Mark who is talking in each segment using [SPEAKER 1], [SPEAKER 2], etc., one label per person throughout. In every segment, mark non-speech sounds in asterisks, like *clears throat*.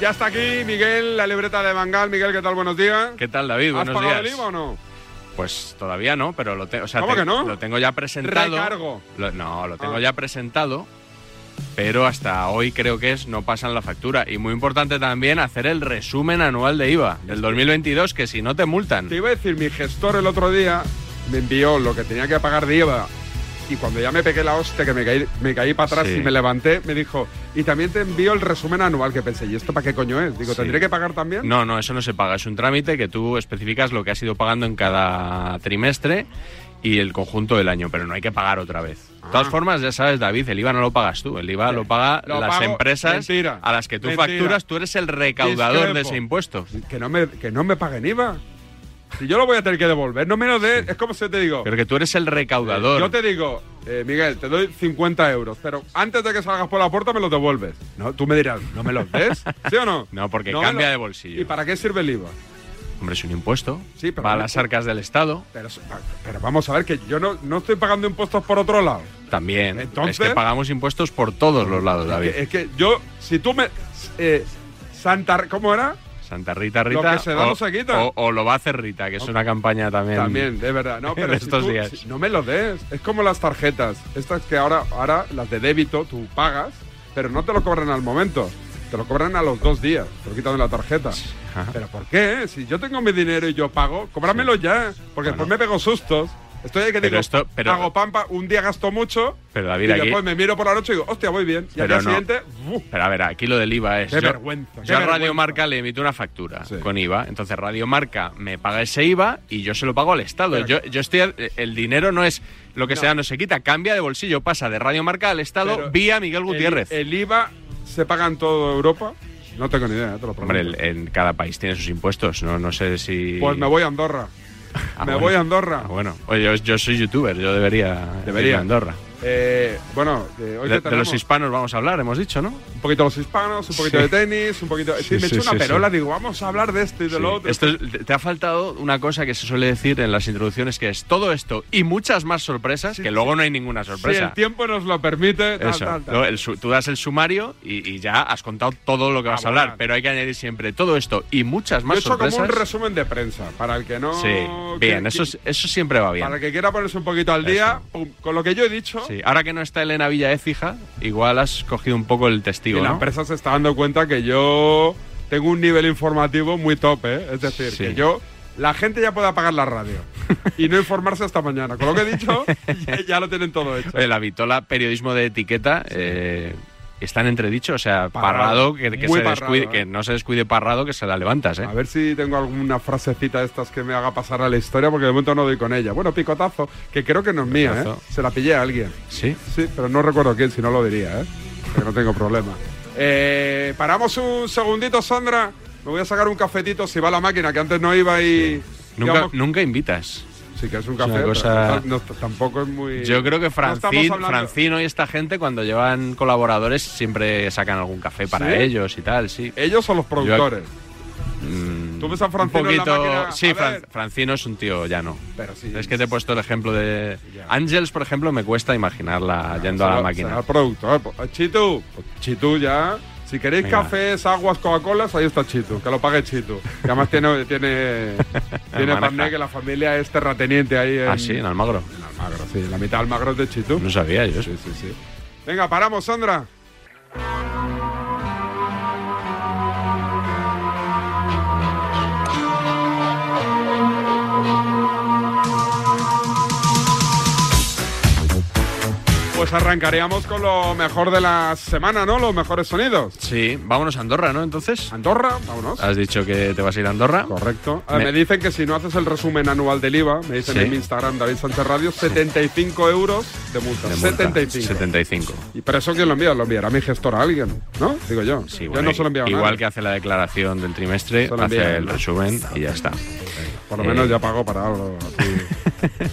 [SPEAKER 1] Ya está aquí Miguel, la libreta de Bangal. Miguel, ¿qué tal? Buenos días.
[SPEAKER 2] ¿Qué tal, David?
[SPEAKER 1] ¿Has
[SPEAKER 2] Buenos
[SPEAKER 1] pagado
[SPEAKER 2] días.
[SPEAKER 1] el IVA o no?
[SPEAKER 2] Pues todavía no, pero lo, te- o sea,
[SPEAKER 1] ¿Cómo
[SPEAKER 2] te-
[SPEAKER 1] que no?
[SPEAKER 2] lo tengo ya presentado.
[SPEAKER 1] Recargo.
[SPEAKER 2] Lo- no, lo tengo
[SPEAKER 1] Ah.
[SPEAKER 2] ya presentado, pero hasta hoy creo que es no pasan la factura. Y muy importante también hacer el resumen anual de IVA del 2022, que si no te multan.
[SPEAKER 1] Te iba a decir, mi gestor el otro día me envió lo que tenía que pagar de IVA. Y cuando ya me pegué la hostia, que me caí, me caí para atrás
[SPEAKER 2] Sí.
[SPEAKER 1] y me levanté, me dijo, y también te envío el resumen anual que pensé, ¿y esto para qué coño es? Digo,
[SPEAKER 2] Sí.
[SPEAKER 1] ¿tendré que pagar también?
[SPEAKER 2] No, no, eso no se paga. Es un trámite que tú especificas lo que has ido pagando en cada trimestre y el conjunto del año, pero no hay que pagar otra vez. De todas formas, ya sabes, David, el IVA no lo pagas tú. El IVA lo pagan
[SPEAKER 1] Ah. Lo
[SPEAKER 2] las
[SPEAKER 1] pago-
[SPEAKER 2] empresas
[SPEAKER 1] mentira,
[SPEAKER 2] a las que tú
[SPEAKER 1] mentira.
[SPEAKER 2] facturas. Tú eres el recaudador de
[SPEAKER 1] Discrepo.
[SPEAKER 2] ese impuesto.
[SPEAKER 1] Que no me, que no me paguen IVA. Si yo lo voy a tener que devolver, no menos de... Es como si te digo,
[SPEAKER 2] Pero que tú eres el recaudador.
[SPEAKER 1] Yo te digo, eh, Miguel, te doy 50 euros, pero antes de que salgas por la puerta me los devuelves. No, tú me dirás, ¿no me los des? ¿Sí o no?
[SPEAKER 2] *laughs* No, porque
[SPEAKER 1] No me
[SPEAKER 2] cambia
[SPEAKER 1] lo-
[SPEAKER 2] de bolsillo.
[SPEAKER 1] ¿Y para qué sirve el IVA?
[SPEAKER 2] Hombre, es un impuesto.
[SPEAKER 1] Sí, pero
[SPEAKER 2] va a
[SPEAKER 1] no-
[SPEAKER 2] las arcas del Estado.
[SPEAKER 1] Pero, pero vamos a ver que yo no, no estoy pagando impuestos por otro lado.
[SPEAKER 2] También.
[SPEAKER 1] Entonces-
[SPEAKER 2] es que pagamos impuestos por todos los lados, David.
[SPEAKER 1] Que- es que yo, si tú me... eh, Santa... ¿Cómo era?
[SPEAKER 2] Santa Rita,
[SPEAKER 1] lo
[SPEAKER 2] Rita.
[SPEAKER 1] que se da
[SPEAKER 2] o,
[SPEAKER 1] no se quita.
[SPEAKER 2] o- o lo va a hacer Rita, que es una campaña también.
[SPEAKER 1] También, de verdad. No, pero
[SPEAKER 2] *laughs* en
[SPEAKER 1] si
[SPEAKER 2] estos
[SPEAKER 1] tú-
[SPEAKER 2] días.
[SPEAKER 1] si- no me lo des. Es como las tarjetas. Estas que ahora, ahora las de débito, tú pagas, pero no te lo cobran al momento. Te lo cobran a los dos días. Te lo quitan de la tarjeta.
[SPEAKER 2] Ajá.
[SPEAKER 1] ¿Pero pues, por qué? Si yo tengo mi dinero y yo pago, cóbramelo ya. Porque después me pego sustos. Estoy ahí que
[SPEAKER 2] Pero
[SPEAKER 1] digo,
[SPEAKER 2] esto- pero-
[SPEAKER 1] hago pampa, un día gasto mucho.
[SPEAKER 2] Pero, David,
[SPEAKER 1] y
[SPEAKER 2] aquí-
[SPEAKER 1] después me miro por la noche y digo, hostia, voy bien. Y al
[SPEAKER 2] Pero
[SPEAKER 1] día
[SPEAKER 2] no.
[SPEAKER 1] siguiente, ¡buh!
[SPEAKER 2] Pero a ver, aquí lo del IVA es.
[SPEAKER 1] Qué vergüenza, qué
[SPEAKER 2] Yo a Radio
[SPEAKER 1] vergüenza.
[SPEAKER 2] Marca le emito una factura
[SPEAKER 1] Sí.
[SPEAKER 2] con IVA. Entonces Radio Marca me paga ese IVA y yo se lo pago al Estado.
[SPEAKER 1] Pero-
[SPEAKER 2] Yo, yo estoy. El dinero no es lo que se da, no se quita. Cambia de bolsillo, pasa de Radio Marca al Estado
[SPEAKER 1] Pero
[SPEAKER 2] vía Miguel Gutiérrez.
[SPEAKER 1] El, el IVA se paga en toda Europa. No tengo ni idea, eh, te lo prometo.
[SPEAKER 2] Hombre, el- en cada país tiene sus impuestos. No, no sé si.
[SPEAKER 1] Pues me voy a Andorra.
[SPEAKER 2] Ah,
[SPEAKER 1] me
[SPEAKER 2] bueno.
[SPEAKER 1] voy a Andorra.
[SPEAKER 2] Ah, bueno, Oye, yo, yo soy youtuber, yo debería.
[SPEAKER 1] Debería.
[SPEAKER 2] irme a Andorra.
[SPEAKER 1] Eh, bueno, eh, hoy que
[SPEAKER 2] De, de
[SPEAKER 1] tenemos
[SPEAKER 2] los hispanos vamos a hablar, hemos dicho, ¿no?
[SPEAKER 1] un poquito los hispanos, un poquito
[SPEAKER 2] Sí.
[SPEAKER 1] de tenis, un poquito. Sí,
[SPEAKER 2] Sí,
[SPEAKER 1] me he
[SPEAKER 2] sí,
[SPEAKER 1] hecho una
[SPEAKER 2] sí,
[SPEAKER 1] perola,
[SPEAKER 2] sí.
[SPEAKER 1] digo, vamos a hablar de esto y de lo
[SPEAKER 2] Sí.
[SPEAKER 1] otro.
[SPEAKER 2] Esto es- te ha faltado una cosa que se suele decir en las introducciones, que es todo esto y muchas más sorpresas,
[SPEAKER 1] Sí,
[SPEAKER 2] que
[SPEAKER 1] sí.
[SPEAKER 2] luego no hay ninguna
[SPEAKER 1] si el
[SPEAKER 2] sorpresa.
[SPEAKER 1] tiempo nos lo permite, tal,
[SPEAKER 2] Eso.
[SPEAKER 1] tal, tal.
[SPEAKER 2] Luego el su- tú das el sumario y, y ya has contado todo lo que vas a hablar,
[SPEAKER 1] Ah, bueno.
[SPEAKER 2] pero hay que añadir siempre todo esto y muchas
[SPEAKER 1] Yo he
[SPEAKER 2] más
[SPEAKER 1] hecho como un
[SPEAKER 2] sorpresas.
[SPEAKER 1] resumen de prensa, para el que no.
[SPEAKER 2] sí,
[SPEAKER 1] que-
[SPEAKER 2] bien,
[SPEAKER 1] que-
[SPEAKER 2] eso, es- eso siempre va bien.
[SPEAKER 1] Para el que quiera ponerse un poquito al día, pum, con lo que yo he dicho,
[SPEAKER 2] Sí. Ahora que no está Elena Villaécija, igual has cogido un poco el
[SPEAKER 1] y
[SPEAKER 2] testigo,
[SPEAKER 1] la
[SPEAKER 2] ¿no?
[SPEAKER 1] empresa se está dando cuenta que yo tengo un nivel informativo muy top, ¿eh? Es decir,
[SPEAKER 2] Sí.
[SPEAKER 1] que yo. La gente ya puede apagar la radio y no informarse hasta mañana. Con lo que he
[SPEAKER 2] *laughs*
[SPEAKER 1] dicho, ya- ya lo tienen todo hecho.
[SPEAKER 2] Oye, la Vitola, periodismo de etiqueta, eh, está en entredicho. O sea,
[SPEAKER 1] Parrado.
[SPEAKER 2] Parrado, que, que
[SPEAKER 1] Muy
[SPEAKER 2] se
[SPEAKER 1] Parrado,
[SPEAKER 2] descuide-
[SPEAKER 1] ¿eh? Ah,
[SPEAKER 2] que no se descuide Parrado, que se la levantas, ¿eh?
[SPEAKER 1] A ver si tengo alguna frasecita de estas que me haga pasar a la historia, porque de momento no doy con ella. Bueno, picotazo, que creo que no es mía, ¿eh?
[SPEAKER 2] Picotazo.
[SPEAKER 1] Se la pillé a alguien.
[SPEAKER 2] Sí.
[SPEAKER 1] Sí, pero no recuerdo quién, si no lo diría, ¿eh? Que no tengo problema. Eh, paramos un segundito, Sandra. Me voy a sacar un cafetito si va la máquina, que antes no iba y...
[SPEAKER 2] Nunca,
[SPEAKER 1] digamos-
[SPEAKER 2] nunca invitas.
[SPEAKER 1] sí, que es un
[SPEAKER 2] es una
[SPEAKER 1] café, pero
[SPEAKER 2] cosa-
[SPEAKER 1] no- tampoco es muy...
[SPEAKER 2] Yo creo que
[SPEAKER 1] estamos
[SPEAKER 2] Francín-
[SPEAKER 1] hablando-
[SPEAKER 2] Francino y esta gente, cuando llevan colaboradores, siempre sacan algún café para
[SPEAKER 1] ¿Sí?
[SPEAKER 2] ellos y tal, sí.
[SPEAKER 1] Ellos son los productores.
[SPEAKER 2] Mm,
[SPEAKER 1] ¿Tú ves a
[SPEAKER 2] un
[SPEAKER 1] Francino en la máquina?
[SPEAKER 2] Sí,
[SPEAKER 1] A
[SPEAKER 2] Fran-
[SPEAKER 1] ver.
[SPEAKER 2] Francino es un tío llano.
[SPEAKER 1] Pero sí,
[SPEAKER 2] Es que te he puesto el ejemplo de.
[SPEAKER 1] Ya.
[SPEAKER 2] Ángels, por ejemplo, me cuesta imaginarla yendo a la
[SPEAKER 1] Será-
[SPEAKER 2] máquina.
[SPEAKER 1] será el productor. Pues, Chitu, pues, Chitu ya. Si queréis
[SPEAKER 2] Venga.
[SPEAKER 1] cafés, aguas, Coca-Colas, ahí está Chitu, que lo pague Chitu. Que además tiene,
[SPEAKER 2] *laughs*
[SPEAKER 1] tiene, tiene
[SPEAKER 2] Maneja.
[SPEAKER 1] Pamné, que la familia es terrateniente ahí eh. en,
[SPEAKER 2] Ah, sí, en Almagro.
[SPEAKER 1] en Almagro. Sí, la mitad de Almagro es de Chitu.
[SPEAKER 2] No sabía yo. eso.
[SPEAKER 1] Sí, sí, sí. Venga, paramos, Sandra. Pues arrancaríamos con lo mejor de la semana, ¿no? Los mejores sonidos.
[SPEAKER 2] Sí, vámonos a Andorra, ¿no? Entonces,
[SPEAKER 1] Andorra, vámonos.
[SPEAKER 2] has dicho que te vas a ir a Andorra.
[SPEAKER 1] Correcto. A ver,
[SPEAKER 2] Me-
[SPEAKER 1] me dicen que si no haces el resumen anual del IVA, me dicen
[SPEAKER 2] Sí.
[SPEAKER 1] en mi Instagram, David Sánchez Radio, 75 euros de multa.
[SPEAKER 2] De multa.
[SPEAKER 1] 75.
[SPEAKER 2] 75.
[SPEAKER 1] ¿Y pero eso quién lo envía? Lo enviará mi gestora a alguien, ¿no? Digo yo.
[SPEAKER 2] Sí,
[SPEAKER 1] yo
[SPEAKER 2] bueno,
[SPEAKER 1] no se lo enviaba
[SPEAKER 2] Igual que hace la declaración del trimestre,
[SPEAKER 1] Se lo envía,
[SPEAKER 2] hace el
[SPEAKER 1] ¿no?
[SPEAKER 2] resumen y ya está.
[SPEAKER 1] Por lo menos
[SPEAKER 2] eh,
[SPEAKER 1] ya pagó para algo, así,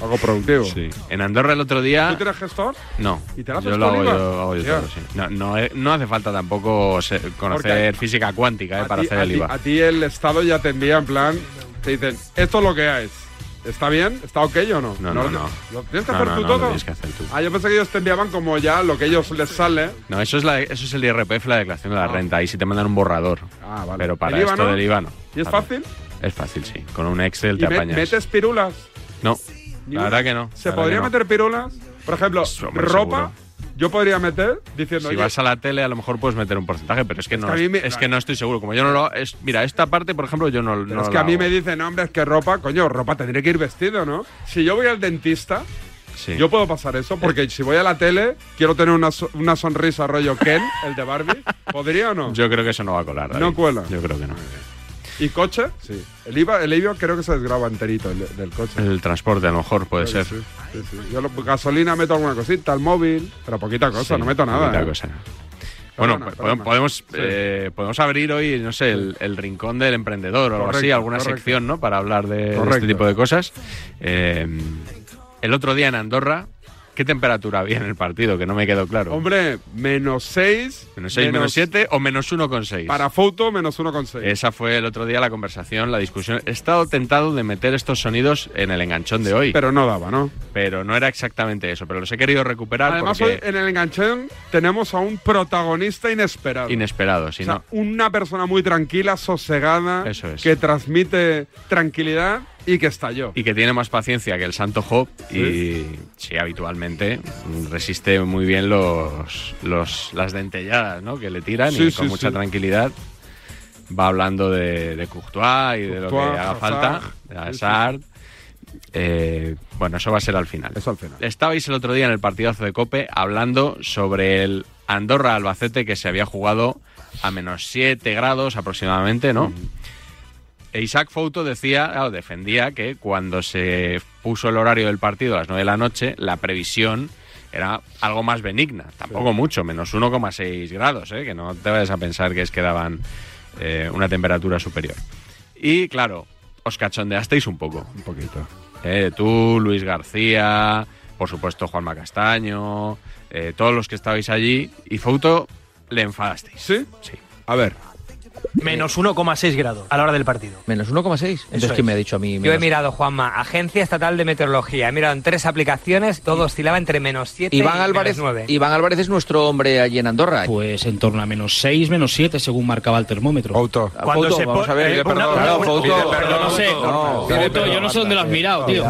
[SPEAKER 1] algo productivo.
[SPEAKER 2] En Andorra el otro día.
[SPEAKER 1] ¿Tú tienes gestor?
[SPEAKER 2] No,
[SPEAKER 1] ¿Y te la haces
[SPEAKER 2] yo lo
[SPEAKER 1] tú,
[SPEAKER 2] hago yo,
[SPEAKER 1] Oliva?
[SPEAKER 2] hago yo
[SPEAKER 1] Hostia.
[SPEAKER 2] todo, sí. No, no, eh, no hace falta tampoco se-
[SPEAKER 1] Porque
[SPEAKER 2] conocer física cuántica eh,
[SPEAKER 1] A
[SPEAKER 2] para
[SPEAKER 1] ti-
[SPEAKER 2] hacer
[SPEAKER 1] a
[SPEAKER 2] el
[SPEAKER 1] ti-
[SPEAKER 2] IVA.
[SPEAKER 1] A ti el Estado ya te envía en plan, te dicen, esto es lo que es. ¿Está bien? ¿Está ok o no?
[SPEAKER 2] No, no, no.
[SPEAKER 1] ¿Lo tienes que
[SPEAKER 2] No,
[SPEAKER 1] hacer
[SPEAKER 2] no,
[SPEAKER 1] tú
[SPEAKER 2] no, lo
[SPEAKER 1] todo?
[SPEAKER 2] tienes que hacer tú.
[SPEAKER 1] Ah, yo pensé que ellos te enviaban como ya lo que ellos les sale.
[SPEAKER 2] No, eso es, la, eso es el IRPF, la declaración de la renta. Ahí sí te mandan un borrador.
[SPEAKER 1] Ah, vale.
[SPEAKER 2] Pero para
[SPEAKER 1] ¿El IVA
[SPEAKER 2] esto
[SPEAKER 1] no?
[SPEAKER 2] del IVA no.
[SPEAKER 1] ¿Y es
[SPEAKER 2] Para-
[SPEAKER 1] fácil?
[SPEAKER 2] Es fácil, sí. Con un Excel
[SPEAKER 1] ¿Y
[SPEAKER 2] te
[SPEAKER 1] me-
[SPEAKER 2] apañas.
[SPEAKER 1] metes pirulas?
[SPEAKER 2] No,
[SPEAKER 1] Ni
[SPEAKER 2] la
[SPEAKER 1] una.
[SPEAKER 2] verdad que no.
[SPEAKER 1] ¿Se
[SPEAKER 2] la verdad
[SPEAKER 1] podría
[SPEAKER 2] que no. Pues,
[SPEAKER 1] meter pirulas? Por ejemplo,
[SPEAKER 2] hombre,
[SPEAKER 1] ropa. Yo podría meter diciendo.
[SPEAKER 2] Si
[SPEAKER 1] oye,
[SPEAKER 2] vas a la tele, a lo mejor puedes meter un porcentaje, pero es que, no,
[SPEAKER 1] que a mí me-
[SPEAKER 2] es que no estoy seguro. Como yo no lo. Es, mira, esta parte, por ejemplo, yo no.
[SPEAKER 1] Pero
[SPEAKER 2] no
[SPEAKER 1] es que
[SPEAKER 2] la
[SPEAKER 1] a mí
[SPEAKER 2] hago.
[SPEAKER 1] me dicen, no, hombre, es que ropa, coño, ropa tendré que ir vestido, ¿no? Si yo voy al dentista,
[SPEAKER 2] Sí.
[SPEAKER 1] yo puedo pasar eso, porque si voy a la tele, quiero tener una, so- una sonrisa rollo Ken, el de Barbie, ¿podría o no?
[SPEAKER 2] Yo creo que eso no va a colar. David.
[SPEAKER 1] No cuela.
[SPEAKER 2] Yo creo que no.
[SPEAKER 1] ¿Y coche? Sí. El IVA, el IVA creo que se desgraba enterito el- del coche.
[SPEAKER 2] El transporte, a lo mejor, puede
[SPEAKER 1] Creo
[SPEAKER 2] ser.
[SPEAKER 1] que sí, sí, sí. Yo lo- gasolina meto alguna cosita, el móvil, pero poquita cosa,
[SPEAKER 2] Sí,
[SPEAKER 1] no meto nada.
[SPEAKER 2] poquita
[SPEAKER 1] ¿eh?
[SPEAKER 2] cosa. Bueno,
[SPEAKER 1] Perdona,
[SPEAKER 2] po-
[SPEAKER 1] perdona.
[SPEAKER 2] podemos, eh, podemos abrir hoy, no sé, el, el rincón del emprendedor o algo así,
[SPEAKER 1] Correcto,
[SPEAKER 2] alguna
[SPEAKER 1] correcto.
[SPEAKER 2] sección, ¿no? Para hablar de- de,
[SPEAKER 1] Correcto.
[SPEAKER 2] este tipo de cosas. Eh, el otro día en Andorra, ¿qué temperatura había en el partido? Que no me quedó claro.
[SPEAKER 1] Hombre, menos 6.
[SPEAKER 2] menos 6, menos 7 o menos 1,6.
[SPEAKER 1] Para foto, menos 1,6.
[SPEAKER 2] Esa fue el otro día la conversación, la discusión. He estado tentado de meter estos sonidos en el enganchón de hoy, pero,
[SPEAKER 1] Pero no daba, ¿no?
[SPEAKER 2] no era exactamente eso. Pero los he querido recuperar
[SPEAKER 1] Además,
[SPEAKER 2] porque
[SPEAKER 1] hoy en el enganchón tenemos a un protagonista inesperado.
[SPEAKER 2] inesperado, si
[SPEAKER 1] eh, o sea,
[SPEAKER 2] no.
[SPEAKER 1] una persona muy tranquila, sosegada,
[SPEAKER 2] Eso es.
[SPEAKER 1] que transmite tranquilidad y que estalló.
[SPEAKER 2] y que tiene más paciencia que el Santo Job y sí, habitualmente resiste muy bien los, los las dentelladas ¿no? que le tiran
[SPEAKER 1] Sí,
[SPEAKER 2] y con
[SPEAKER 1] sí,
[SPEAKER 2] mucha
[SPEAKER 1] sí.
[SPEAKER 2] tranquilidad va hablando de, de Courtois y de lo que
[SPEAKER 1] Courtois,
[SPEAKER 2] haga
[SPEAKER 1] Hazard.
[SPEAKER 2] falta, de
[SPEAKER 1] Sí, sí.
[SPEAKER 2] Hazard. Eh, bueno, eso va a ser al final.
[SPEAKER 1] Eso al final.
[SPEAKER 2] Estabais el otro día en el partidazo de Cope hablando sobre el Andorra Albacete que se había jugado a menos 7 grados aproximadamente,
[SPEAKER 1] Mm.
[SPEAKER 2] ¿no? E Isaac Fouto decía, claro, defendía que cuando se puso el horario del partido a las 9 de la noche, la previsión era algo más benigna, tampoco mucho, menos 1,6 grados, ¿eh? que no te vayas a pensar que es que daban eh, una temperatura superior. Y claro, os cachondeasteis un poco.
[SPEAKER 1] Un poquito.
[SPEAKER 2] Eh, tú, Luis García, por supuesto Juanma Castaño, eh, todos los que estabais allí, y Fouto le enfadasteis.
[SPEAKER 1] ¿Sí?
[SPEAKER 2] Sí.
[SPEAKER 1] A ver.
[SPEAKER 3] Menos 1,6 grados a la hora del partido.
[SPEAKER 4] Menos 1,6. Entonces,
[SPEAKER 3] es.
[SPEAKER 4] ¿quién me ha dicho a mí?
[SPEAKER 5] Yo he
[SPEAKER 4] menos-
[SPEAKER 5] mirado, Juanma, Agencia Estatal de Meteorología. He mirado en tres aplicaciones, todo oscilaba entre menos 7
[SPEAKER 4] Iván
[SPEAKER 5] y
[SPEAKER 4] Álvarez,
[SPEAKER 5] menos 9.
[SPEAKER 4] Iván Álvarez es nuestro hombre allí en Andorra.
[SPEAKER 6] Pues en torno a menos 6, menos 7, según marcaba el termómetro.
[SPEAKER 1] Auto.
[SPEAKER 3] Cuando
[SPEAKER 4] Fouto,
[SPEAKER 3] se
[SPEAKER 4] vamos
[SPEAKER 3] po-
[SPEAKER 4] a ver.
[SPEAKER 3] eh,
[SPEAKER 4] Pide
[SPEAKER 3] una-
[SPEAKER 4] perdón,
[SPEAKER 3] una-
[SPEAKER 4] claro,
[SPEAKER 3] una-
[SPEAKER 4] Fouto.
[SPEAKER 3] pide perdón,
[SPEAKER 6] Yo no sé,
[SPEAKER 4] No,
[SPEAKER 6] Fouto, yo no sé dónde lo has mirado, tío.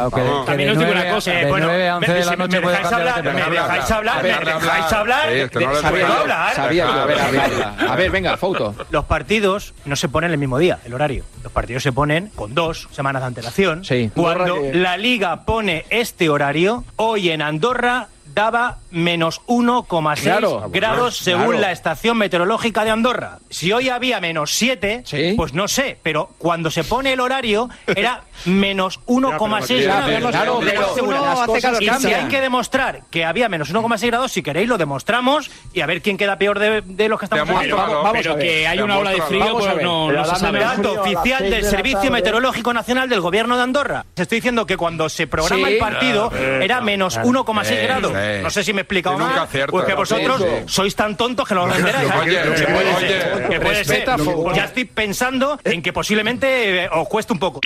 [SPEAKER 6] También os digo una cosa.
[SPEAKER 3] Eh, bueno, me- si me dejáis hablar, me dejáis hablar, me
[SPEAKER 1] Dejarle
[SPEAKER 3] dejáis
[SPEAKER 1] hablar.
[SPEAKER 3] hablar,
[SPEAKER 1] Sí, es que
[SPEAKER 3] de-
[SPEAKER 1] no le
[SPEAKER 3] ¿puedo
[SPEAKER 4] Sabía
[SPEAKER 1] puedo
[SPEAKER 4] yo,
[SPEAKER 3] hablar?
[SPEAKER 4] sabía yo. A ver, a ver, a ver, venga, Fouto.
[SPEAKER 3] Los partidos no se ponen el mismo día, el horario. Los partidos se ponen con dos semanas de antelación.
[SPEAKER 4] Sí.
[SPEAKER 3] Cuando
[SPEAKER 4] Andorra que-
[SPEAKER 3] la liga pone este horario, hoy en Andorra daba menos 1,6
[SPEAKER 4] Claro. Ah,
[SPEAKER 3] grados según
[SPEAKER 4] Claro.
[SPEAKER 3] la estación meteorológica de Andorra. Si hoy había menos 7,
[SPEAKER 4] Sí.
[SPEAKER 3] pues no sé, pero cuando se pone el horario era menos 1,6
[SPEAKER 1] Ya,
[SPEAKER 3] grados.
[SPEAKER 1] pero claro,
[SPEAKER 3] Menos
[SPEAKER 4] pero
[SPEAKER 3] uno,
[SPEAKER 4] las
[SPEAKER 3] hace
[SPEAKER 4] cosas
[SPEAKER 3] calor. Y si
[SPEAKER 4] cambian.
[SPEAKER 3] hay que demostrar que había menos 1,6 grados, si queréis lo demostramos y a ver quién queda peor de, de los que estamos
[SPEAKER 1] Te
[SPEAKER 3] aquí.
[SPEAKER 1] muestro,
[SPEAKER 4] Vamos, vamos a
[SPEAKER 6] Pero
[SPEAKER 4] ver.
[SPEAKER 6] que hay una ola de frío,
[SPEAKER 4] Vamos a
[SPEAKER 6] pues
[SPEAKER 4] ver.
[SPEAKER 6] no, no se sabe.
[SPEAKER 3] Dato oficial del Servicio Meteorológico Nacional del Gobierno de Andorra. Te estoy diciendo que cuando se programa
[SPEAKER 4] Sí.
[SPEAKER 3] el
[SPEAKER 7] Ah,
[SPEAKER 3] partido era menos 1,6
[SPEAKER 7] Eh,
[SPEAKER 3] grados. No sé si me he explicado
[SPEAKER 1] Que nunca
[SPEAKER 3] mal,
[SPEAKER 1] acierta.
[SPEAKER 3] porque vosotros
[SPEAKER 4] Eso.
[SPEAKER 3] sois tan tontos que no lo enteráis.
[SPEAKER 1] Oye,
[SPEAKER 3] Que puede
[SPEAKER 1] oye,
[SPEAKER 3] ser, que puede ser.
[SPEAKER 4] respeta, por favor.
[SPEAKER 3] Ya estoy pensando en que posiblemente eh, os cueste un poco.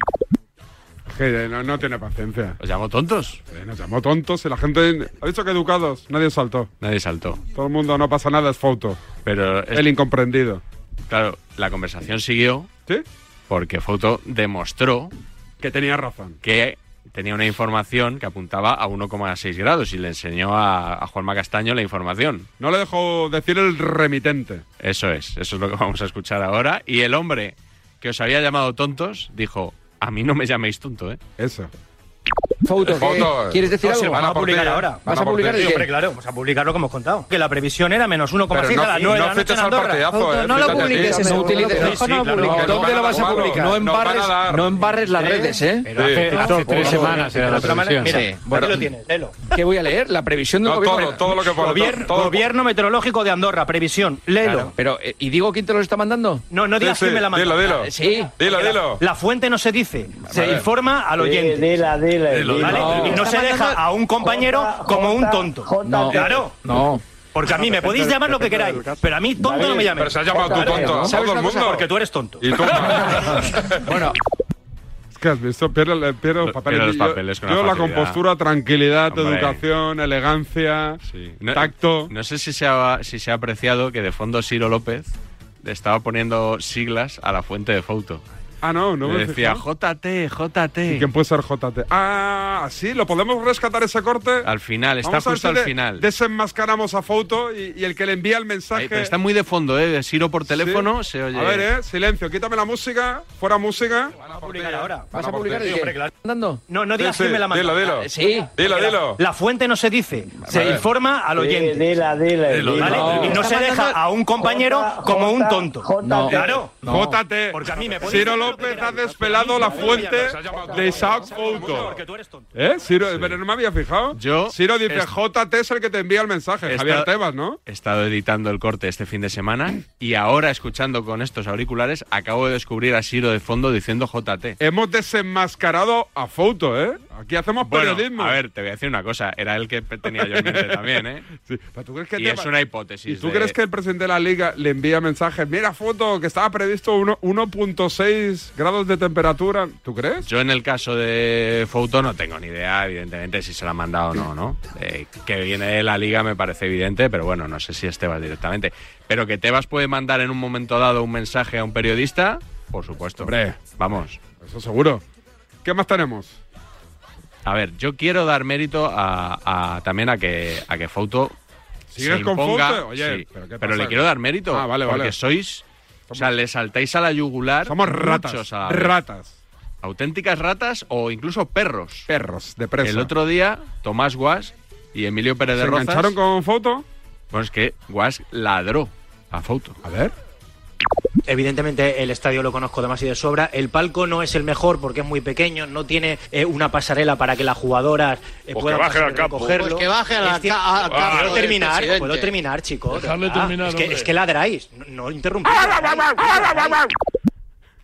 [SPEAKER 1] Que no, no tiene paciencia.
[SPEAKER 2] ¿Os llamo tontos?
[SPEAKER 1] Eh, Nos llamó tontos y la gente. ¿Ha visto que educados? Nadie saltó.
[SPEAKER 2] Nadie saltó.
[SPEAKER 1] Todo el mundo no pasa nada, es foto.
[SPEAKER 2] Pero, es-
[SPEAKER 1] El incomprendido.
[SPEAKER 2] claro, la conversación siguió
[SPEAKER 1] ¿Sí?
[SPEAKER 2] porque Fouto demostró
[SPEAKER 1] Que tenía razón.
[SPEAKER 2] que tenía una información que apuntaba a 1,6 grados y le enseñó a, a Juanma Castaño la información.
[SPEAKER 1] No le dejó decir el remitente.
[SPEAKER 2] Eso es, eso es lo que vamos a escuchar ahora. Y el hombre que os había llamado tontos dijo, a mí no me llaméis tonto, ¿eh?
[SPEAKER 1] Eso.
[SPEAKER 4] Fouto, ¿qué-
[SPEAKER 1] Fouto, eh.
[SPEAKER 4] ¿quieres decir
[SPEAKER 3] No se
[SPEAKER 4] algo?
[SPEAKER 3] van a
[SPEAKER 1] por
[SPEAKER 3] publicar
[SPEAKER 1] ti, ¿eh?
[SPEAKER 3] ahora.
[SPEAKER 1] Van
[SPEAKER 4] ¿Vas a
[SPEAKER 1] por
[SPEAKER 4] publicar
[SPEAKER 1] ti.
[SPEAKER 4] el
[SPEAKER 3] Sí,
[SPEAKER 4] qué?
[SPEAKER 3] hombre, claro, vamos a publicar lo que hemos contado. Que la previsión era menos 1,6
[SPEAKER 1] Pero
[SPEAKER 3] a las
[SPEAKER 1] no-
[SPEAKER 3] 9 de la
[SPEAKER 1] no
[SPEAKER 3] noche en
[SPEAKER 1] fiches al
[SPEAKER 3] Andorra.
[SPEAKER 1] partidazo, eh,
[SPEAKER 4] No lo
[SPEAKER 1] fíjate a ti.
[SPEAKER 4] publiques,
[SPEAKER 1] Sí,
[SPEAKER 4] no utilices.
[SPEAKER 3] Sí, sí, claro.
[SPEAKER 1] que no
[SPEAKER 4] ¿Dónde
[SPEAKER 1] van a
[SPEAKER 4] lo vas a
[SPEAKER 1] jugarlo,
[SPEAKER 4] publicar?
[SPEAKER 1] no
[SPEAKER 4] No
[SPEAKER 1] van a
[SPEAKER 4] embarres,
[SPEAKER 1] dar.
[SPEAKER 4] no embarres las redes, ¿eh?
[SPEAKER 3] Pero hace-
[SPEAKER 1] Sí.
[SPEAKER 3] hace
[SPEAKER 6] Dos, tres semanas era la
[SPEAKER 3] otra manera-
[SPEAKER 6] previsión.
[SPEAKER 3] Mira,
[SPEAKER 4] Sí,
[SPEAKER 3] aquí
[SPEAKER 4] bueno.
[SPEAKER 3] lo tienes, léelo.
[SPEAKER 4] ¿Qué voy a leer? La previsión del
[SPEAKER 1] No,
[SPEAKER 4] gobierno.
[SPEAKER 1] todo, todo lo que pueda.
[SPEAKER 3] Gobierno,
[SPEAKER 1] todo-
[SPEAKER 3] Gobierno Meteorológico de Andorra, previsión, léelo.
[SPEAKER 4] Claro, Pero, eh, ¿y digo quién te lo está mandando?
[SPEAKER 3] No, no
[SPEAKER 1] Sí,
[SPEAKER 3] digas
[SPEAKER 1] sí,
[SPEAKER 3] quién me la manda.
[SPEAKER 1] Dilo, dilo.
[SPEAKER 4] Sí.
[SPEAKER 1] Dilo, dilo.
[SPEAKER 3] La fuente no se dice, se informa al oyente. ¿vale?
[SPEAKER 4] No.
[SPEAKER 3] Y no se deja a un compañero como un tonto.
[SPEAKER 4] No.
[SPEAKER 3] Claro,
[SPEAKER 4] No.
[SPEAKER 3] porque a mí me podéis llamar lo que queráis, pero a mí tonto no me
[SPEAKER 1] Pero
[SPEAKER 3] llaméis.
[SPEAKER 1] se ha llamado tú tonto. a
[SPEAKER 4] ¿Sabes
[SPEAKER 1] Todo
[SPEAKER 3] *laughs*
[SPEAKER 1] el
[SPEAKER 4] una cosa?
[SPEAKER 1] mundo.
[SPEAKER 3] Porque tú eres tonto.
[SPEAKER 1] Y tú.
[SPEAKER 4] Bueno,
[SPEAKER 1] Es que has visto, pierdo, eh, pierdo los
[SPEAKER 2] Lo-
[SPEAKER 1] papeles.
[SPEAKER 2] pierdo los
[SPEAKER 1] Yo-
[SPEAKER 2] papeles con
[SPEAKER 1] yo,
[SPEAKER 2] la
[SPEAKER 1] la
[SPEAKER 2] facilidad.
[SPEAKER 1] compostura, tranquilidad,
[SPEAKER 2] Hombre.
[SPEAKER 1] educación, elegancia,
[SPEAKER 2] Sí. No-
[SPEAKER 1] tacto.
[SPEAKER 2] No sé si se, ha, si se ha apreciado que de fondo Ciro López le estaba poniendo siglas a la fuente de Fouto.
[SPEAKER 1] Ah, no, no me
[SPEAKER 2] le decía
[SPEAKER 1] fijé.
[SPEAKER 2] JT, JT.
[SPEAKER 1] ¿Y quién puede ser JT? Ah, sí, lo podemos rescatar ese corte.
[SPEAKER 2] Al final, está
[SPEAKER 1] Vamos a ver
[SPEAKER 2] justo
[SPEAKER 1] si
[SPEAKER 2] al
[SPEAKER 1] de-
[SPEAKER 2] final.
[SPEAKER 1] Desenmascaramos a Foto y, y el que le envía el mensaje.
[SPEAKER 2] Ahí, pero está muy de fondo, ¿eh? De Ciro por teléfono
[SPEAKER 1] Sí.
[SPEAKER 2] se oye.
[SPEAKER 1] A ver, eh, silencio, quítame la música, fuera música.
[SPEAKER 3] a publicar ahora.
[SPEAKER 4] ¿Vas a publicar el qué? ¿Andando?
[SPEAKER 3] No, no digas
[SPEAKER 1] Sí,
[SPEAKER 3] quién me la Ah,
[SPEAKER 1] sí,
[SPEAKER 3] mandó.
[SPEAKER 1] dilo, dilo.
[SPEAKER 4] Eh, Sí.
[SPEAKER 1] Dilo,
[SPEAKER 3] La, la fuente no se dice, se
[SPEAKER 1] Vale.
[SPEAKER 3] informa al oyente.
[SPEAKER 8] Dila, dila.
[SPEAKER 2] Dilo,
[SPEAKER 8] dila.
[SPEAKER 3] ¿vale?
[SPEAKER 4] No.
[SPEAKER 3] Y no se
[SPEAKER 4] Está
[SPEAKER 3] deja
[SPEAKER 4] mandando-
[SPEAKER 3] a un compañero
[SPEAKER 8] J,
[SPEAKER 3] como un
[SPEAKER 8] J,
[SPEAKER 3] tonto.
[SPEAKER 8] J,
[SPEAKER 4] No.
[SPEAKER 3] Claro.
[SPEAKER 1] JT.
[SPEAKER 3] Porque a mí me puede-
[SPEAKER 1] Ciro López ha despelado la fuente de Isaac Fouto.
[SPEAKER 3] Porque tú eres tonto.
[SPEAKER 1] ¿Eh? Ciro, pero no me había fijado.
[SPEAKER 2] Yo-
[SPEAKER 1] Ciro dice,
[SPEAKER 2] es-
[SPEAKER 1] JT es el que te envía el mensaje,
[SPEAKER 2] Esta-
[SPEAKER 1] Javier Tebas, ¿no?
[SPEAKER 2] He estado editando el corte este fin de semana y ahora, escuchando con estos auriculares, acabo de descubrir a Ciro de fondo diciendo JT.
[SPEAKER 1] Hemos desenmascarado a Fouto, ¿eh? Aquí hacemos
[SPEAKER 2] Bueno,
[SPEAKER 1] periodismo.
[SPEAKER 2] a ver, te voy a decir una cosa. Era el que pe- tenía yo en mente también, ¿eh?
[SPEAKER 1] *laughs* Sí, pero ¿tú crees que
[SPEAKER 2] Y
[SPEAKER 1] Tebas-
[SPEAKER 2] es una hipótesis.
[SPEAKER 1] ¿Y tú
[SPEAKER 2] de-
[SPEAKER 1] crees que el presidente de la liga le envía mensajes? Mira, foto, que estaba previsto uno- 1.6 grados de temperatura. ¿Tú crees?
[SPEAKER 2] Yo en el caso de Fouto no tengo ni idea, evidentemente, si se la ha mandado o no, ¿no? Eh, que viene de la liga me parece evidente, pero bueno, no sé si es Tebas directamente. Pero que Tebas puede mandar en un momento dado un mensaje a un periodista, por supuesto.
[SPEAKER 1] Hombre.
[SPEAKER 2] Vamos.
[SPEAKER 1] Eso seguro. ¿Qué más tenemos?
[SPEAKER 2] A ver, yo quiero dar mérito a, a- también a que, a que Fouto
[SPEAKER 1] ¿Sigues
[SPEAKER 2] se
[SPEAKER 1] con
[SPEAKER 2] imponga.
[SPEAKER 1] Fouto? Oye,
[SPEAKER 2] sí,
[SPEAKER 1] ¿pero
[SPEAKER 2] pero,
[SPEAKER 1] qué pasa?
[SPEAKER 2] le quiero dar mérito.
[SPEAKER 1] Ah, vale,
[SPEAKER 2] porque
[SPEAKER 1] vale.
[SPEAKER 2] sois. O sea, le saltáis a la yugular.
[SPEAKER 1] Somos
[SPEAKER 2] muchos
[SPEAKER 1] ratas.
[SPEAKER 2] a la vez.
[SPEAKER 1] Ratas.
[SPEAKER 2] Auténticas ratas o incluso perros.
[SPEAKER 1] Perros de presa.
[SPEAKER 2] El otro día, Tomás Guas y Emilio Pérez
[SPEAKER 1] ¿Se
[SPEAKER 2] de Rozas.
[SPEAKER 1] engancharon con foto?
[SPEAKER 2] Bueno, es que Guas ladró a Fouto.
[SPEAKER 1] A ver.
[SPEAKER 3] Evidentemente el estadio lo conozco demasiado de sobra. El palco no es el mejor porque es muy pequeño, no tiene eh, una pasarela para que las jugadoras eh, puedan
[SPEAKER 9] baje Pues
[SPEAKER 3] pasar
[SPEAKER 9] al
[SPEAKER 3] y
[SPEAKER 9] campo.
[SPEAKER 3] recogerlo.
[SPEAKER 10] Pues que baje a la
[SPEAKER 3] Es que-
[SPEAKER 10] ca- al campo
[SPEAKER 3] Puedo
[SPEAKER 10] del
[SPEAKER 3] terminar,
[SPEAKER 10] presidente.
[SPEAKER 3] puedo terminar, chicos. de
[SPEAKER 9] Dejadle
[SPEAKER 3] verdad.
[SPEAKER 9] terminar,
[SPEAKER 3] es, que,
[SPEAKER 9] hombre.
[SPEAKER 3] es que ladráis, no, no interrumpís.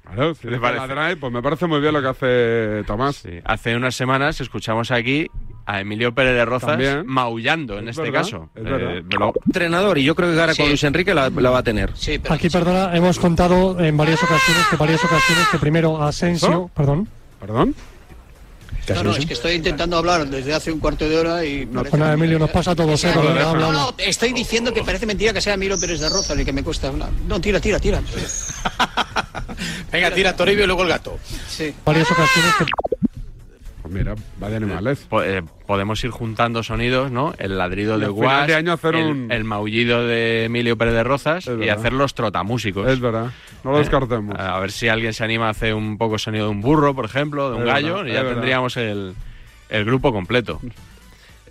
[SPEAKER 1] Claro, si
[SPEAKER 2] ¿Te
[SPEAKER 1] le
[SPEAKER 2] parece?
[SPEAKER 1] pues me parece muy bien lo que hace Tomás.
[SPEAKER 2] Sí. Hace unas semanas escuchamos aquí a Emilio Pérez de Rozas
[SPEAKER 1] También.
[SPEAKER 2] maullando en
[SPEAKER 1] Es
[SPEAKER 2] este
[SPEAKER 1] verdad,
[SPEAKER 2] caso.
[SPEAKER 1] es verdad.
[SPEAKER 2] lo-
[SPEAKER 4] Entrenador, y yo creo que ahora con
[SPEAKER 10] Sí.
[SPEAKER 4] Luis Enrique la, la va a tener.
[SPEAKER 10] Sí, pero
[SPEAKER 9] Aquí, perdona, hemos contado en varias ocasiones que varias ocasiones que primero Asensio,
[SPEAKER 1] ¿Eso?
[SPEAKER 9] perdón,
[SPEAKER 1] ¿Perdón?
[SPEAKER 10] no, no, es que estoy intentando hablar desde hace un cuarto de hora y... parece
[SPEAKER 9] bueno,
[SPEAKER 10] mentira.
[SPEAKER 9] Pues Emilio, nos pasa a todos, eh,
[SPEAKER 10] No,
[SPEAKER 9] cuando
[SPEAKER 10] no,
[SPEAKER 9] habla,
[SPEAKER 10] no,
[SPEAKER 9] habla.
[SPEAKER 10] no, estoy diciendo que parece mentira que sea Miro Pérez de Roza el que me cuesta hablar. No, tira, tira, tira.
[SPEAKER 11] *laughs*
[SPEAKER 12] Venga, tira Toribio y luego el gato.
[SPEAKER 10] Sí.
[SPEAKER 9] varias ocasiones que
[SPEAKER 1] Pues mira, va de animales.
[SPEAKER 2] po- eh, podemos ir juntando sonidos, ¿no? El ladrido
[SPEAKER 1] Y
[SPEAKER 2] de
[SPEAKER 1] al final
[SPEAKER 2] Guas,
[SPEAKER 1] de año hacer
[SPEAKER 2] el,
[SPEAKER 1] un-
[SPEAKER 2] el maullido de Emilio Pérez de Rozas
[SPEAKER 1] Es
[SPEAKER 2] y
[SPEAKER 1] verdad.
[SPEAKER 2] hacer los trotamúsicos.
[SPEAKER 1] Es verdad. No lo
[SPEAKER 2] Eh,
[SPEAKER 1] descartemos.
[SPEAKER 2] A ver si alguien se anima a hacer un poco sonido de un burro, por ejemplo, de un
[SPEAKER 1] Es
[SPEAKER 2] gallo,
[SPEAKER 1] verdad,
[SPEAKER 2] y
[SPEAKER 1] es
[SPEAKER 2] ya
[SPEAKER 1] verdad.
[SPEAKER 2] tendríamos el, el
[SPEAKER 1] *laughs*
[SPEAKER 2] grupo completo.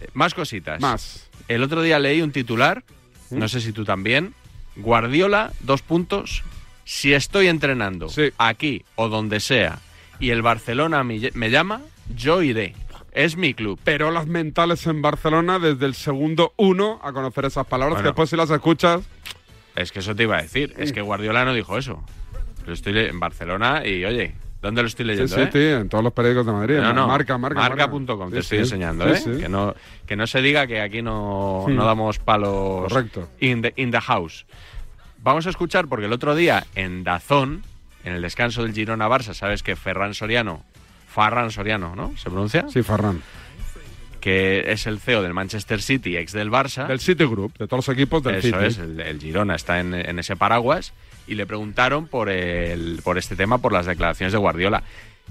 [SPEAKER 2] Eh, Más cositas.
[SPEAKER 1] Más. ¿Mm?
[SPEAKER 2] El otro día leí un titular, no sé si tú también. Guardiola, dos puntos. Si estoy entrenando
[SPEAKER 1] Sí.
[SPEAKER 2] aquí o donde sea y el Barcelona me lle- me llama, yo iré. Es mi club.
[SPEAKER 1] Pero las mentales en Barcelona desde el segundo uno a conocer esas palabras
[SPEAKER 2] Bueno.
[SPEAKER 1] que después si las escuchas
[SPEAKER 2] Es que eso te iba a decir. Es que Guardiola no dijo eso. Lo estoy le- en Barcelona y, oye, ¿dónde lo estoy
[SPEAKER 1] Sí,
[SPEAKER 2] leyendo?
[SPEAKER 1] sí,
[SPEAKER 2] eh?
[SPEAKER 1] tío, en todos los periódicos de Madrid.
[SPEAKER 2] No, no,
[SPEAKER 1] Marca, marca.
[SPEAKER 2] Marca.com,
[SPEAKER 1] marca.
[SPEAKER 2] te
[SPEAKER 1] Sí,
[SPEAKER 2] estoy
[SPEAKER 1] sí.
[SPEAKER 2] enseñando,
[SPEAKER 1] Sí,
[SPEAKER 2] ¿eh?
[SPEAKER 1] sí.
[SPEAKER 2] Que, no, que no se diga que aquí no,
[SPEAKER 1] Sí.
[SPEAKER 2] no damos palos
[SPEAKER 1] Correcto.
[SPEAKER 2] In, the, in the house. Vamos a escuchar, porque el otro día en Dazón, en el descanso del Girona-Barça, sabes que Ferran Soriano, Farran Soriano, ¿no? ¿Se pronuncia?
[SPEAKER 1] Sí, Ferran.
[SPEAKER 2] Que es el CEO del Manchester City, ex del Barça.
[SPEAKER 1] Del City Group, de todos los equipos del
[SPEAKER 2] Eso
[SPEAKER 1] City.
[SPEAKER 2] es, el, el Girona está en, en ese paraguas y le preguntaron por, el, por este tema, por las declaraciones de Guardiola.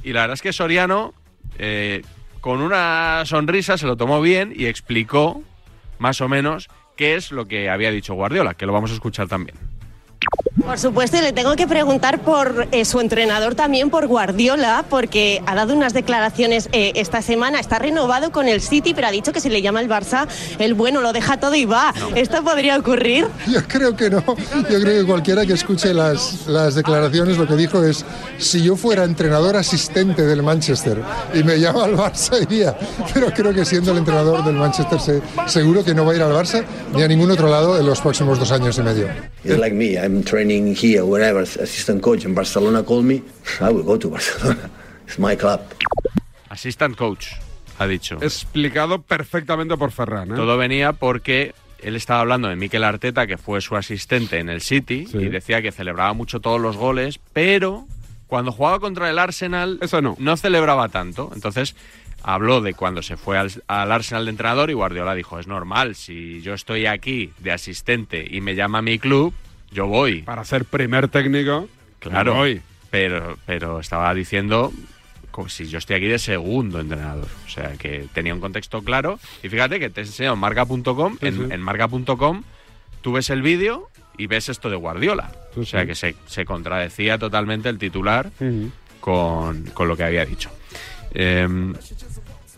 [SPEAKER 2] Y la verdad es que Soriano, eh, con una sonrisa, se lo tomó bien y explicó, más o menos, qué es lo que había dicho Guardiola, que lo vamos a escuchar también.
[SPEAKER 13] Por supuesto, y le tengo que preguntar por eh, su entrenador también, por Guardiola, porque ha dado unas declaraciones eh, esta semana. Está renovado con el City, pero ha dicho que si le llama el Barça, el bueno lo deja todo y va. ¿Esto podría ocurrir?
[SPEAKER 12] Yo creo que no. Yo creo que cualquiera que escuche las, las declaraciones lo que dijo es, si yo fuera entrenador asistente del Manchester y me llama al Barça, iría. Pero creo que siendo el entrenador del Manchester se- seguro que no va a ir al Barça ni a ningún otro lado en los próximos dos años y medio.
[SPEAKER 8] It's like me. I'm training here, wherever. Assistant coach in Barcelona called me. I will go to Barcelona. It's my club.
[SPEAKER 2] Assistant coach, ha dicho.
[SPEAKER 1] Explicado perfectamente por Ferran, ¿eh?
[SPEAKER 2] Todo venía porque él estaba hablando de Mikel Arteta, que fue su asistente en el City,
[SPEAKER 1] Sí.
[SPEAKER 2] y decía que celebraba mucho todos los goles, pero Cuando jugaba contra el Arsenal,
[SPEAKER 1] no.
[SPEAKER 2] celebraba tanto. Entonces habló de cuando se fue al, al Arsenal de entrenador y Guardiola dijo, es normal, si yo estoy aquí de asistente y me llama mi club, yo voy.
[SPEAKER 1] Para ser primer técnico.
[SPEAKER 2] Claro,
[SPEAKER 1] voy.
[SPEAKER 2] Pero, pero estaba diciendo como si yo estoy aquí de segundo entrenador. O sea, que tenía un contexto claro. Y fíjate que te he enseñado marca.com. en, en marca.com tú ves el vídeo y ves esto de Guardiola. O sea, que se, se contradecía totalmente el titular con, con lo que había dicho. Em,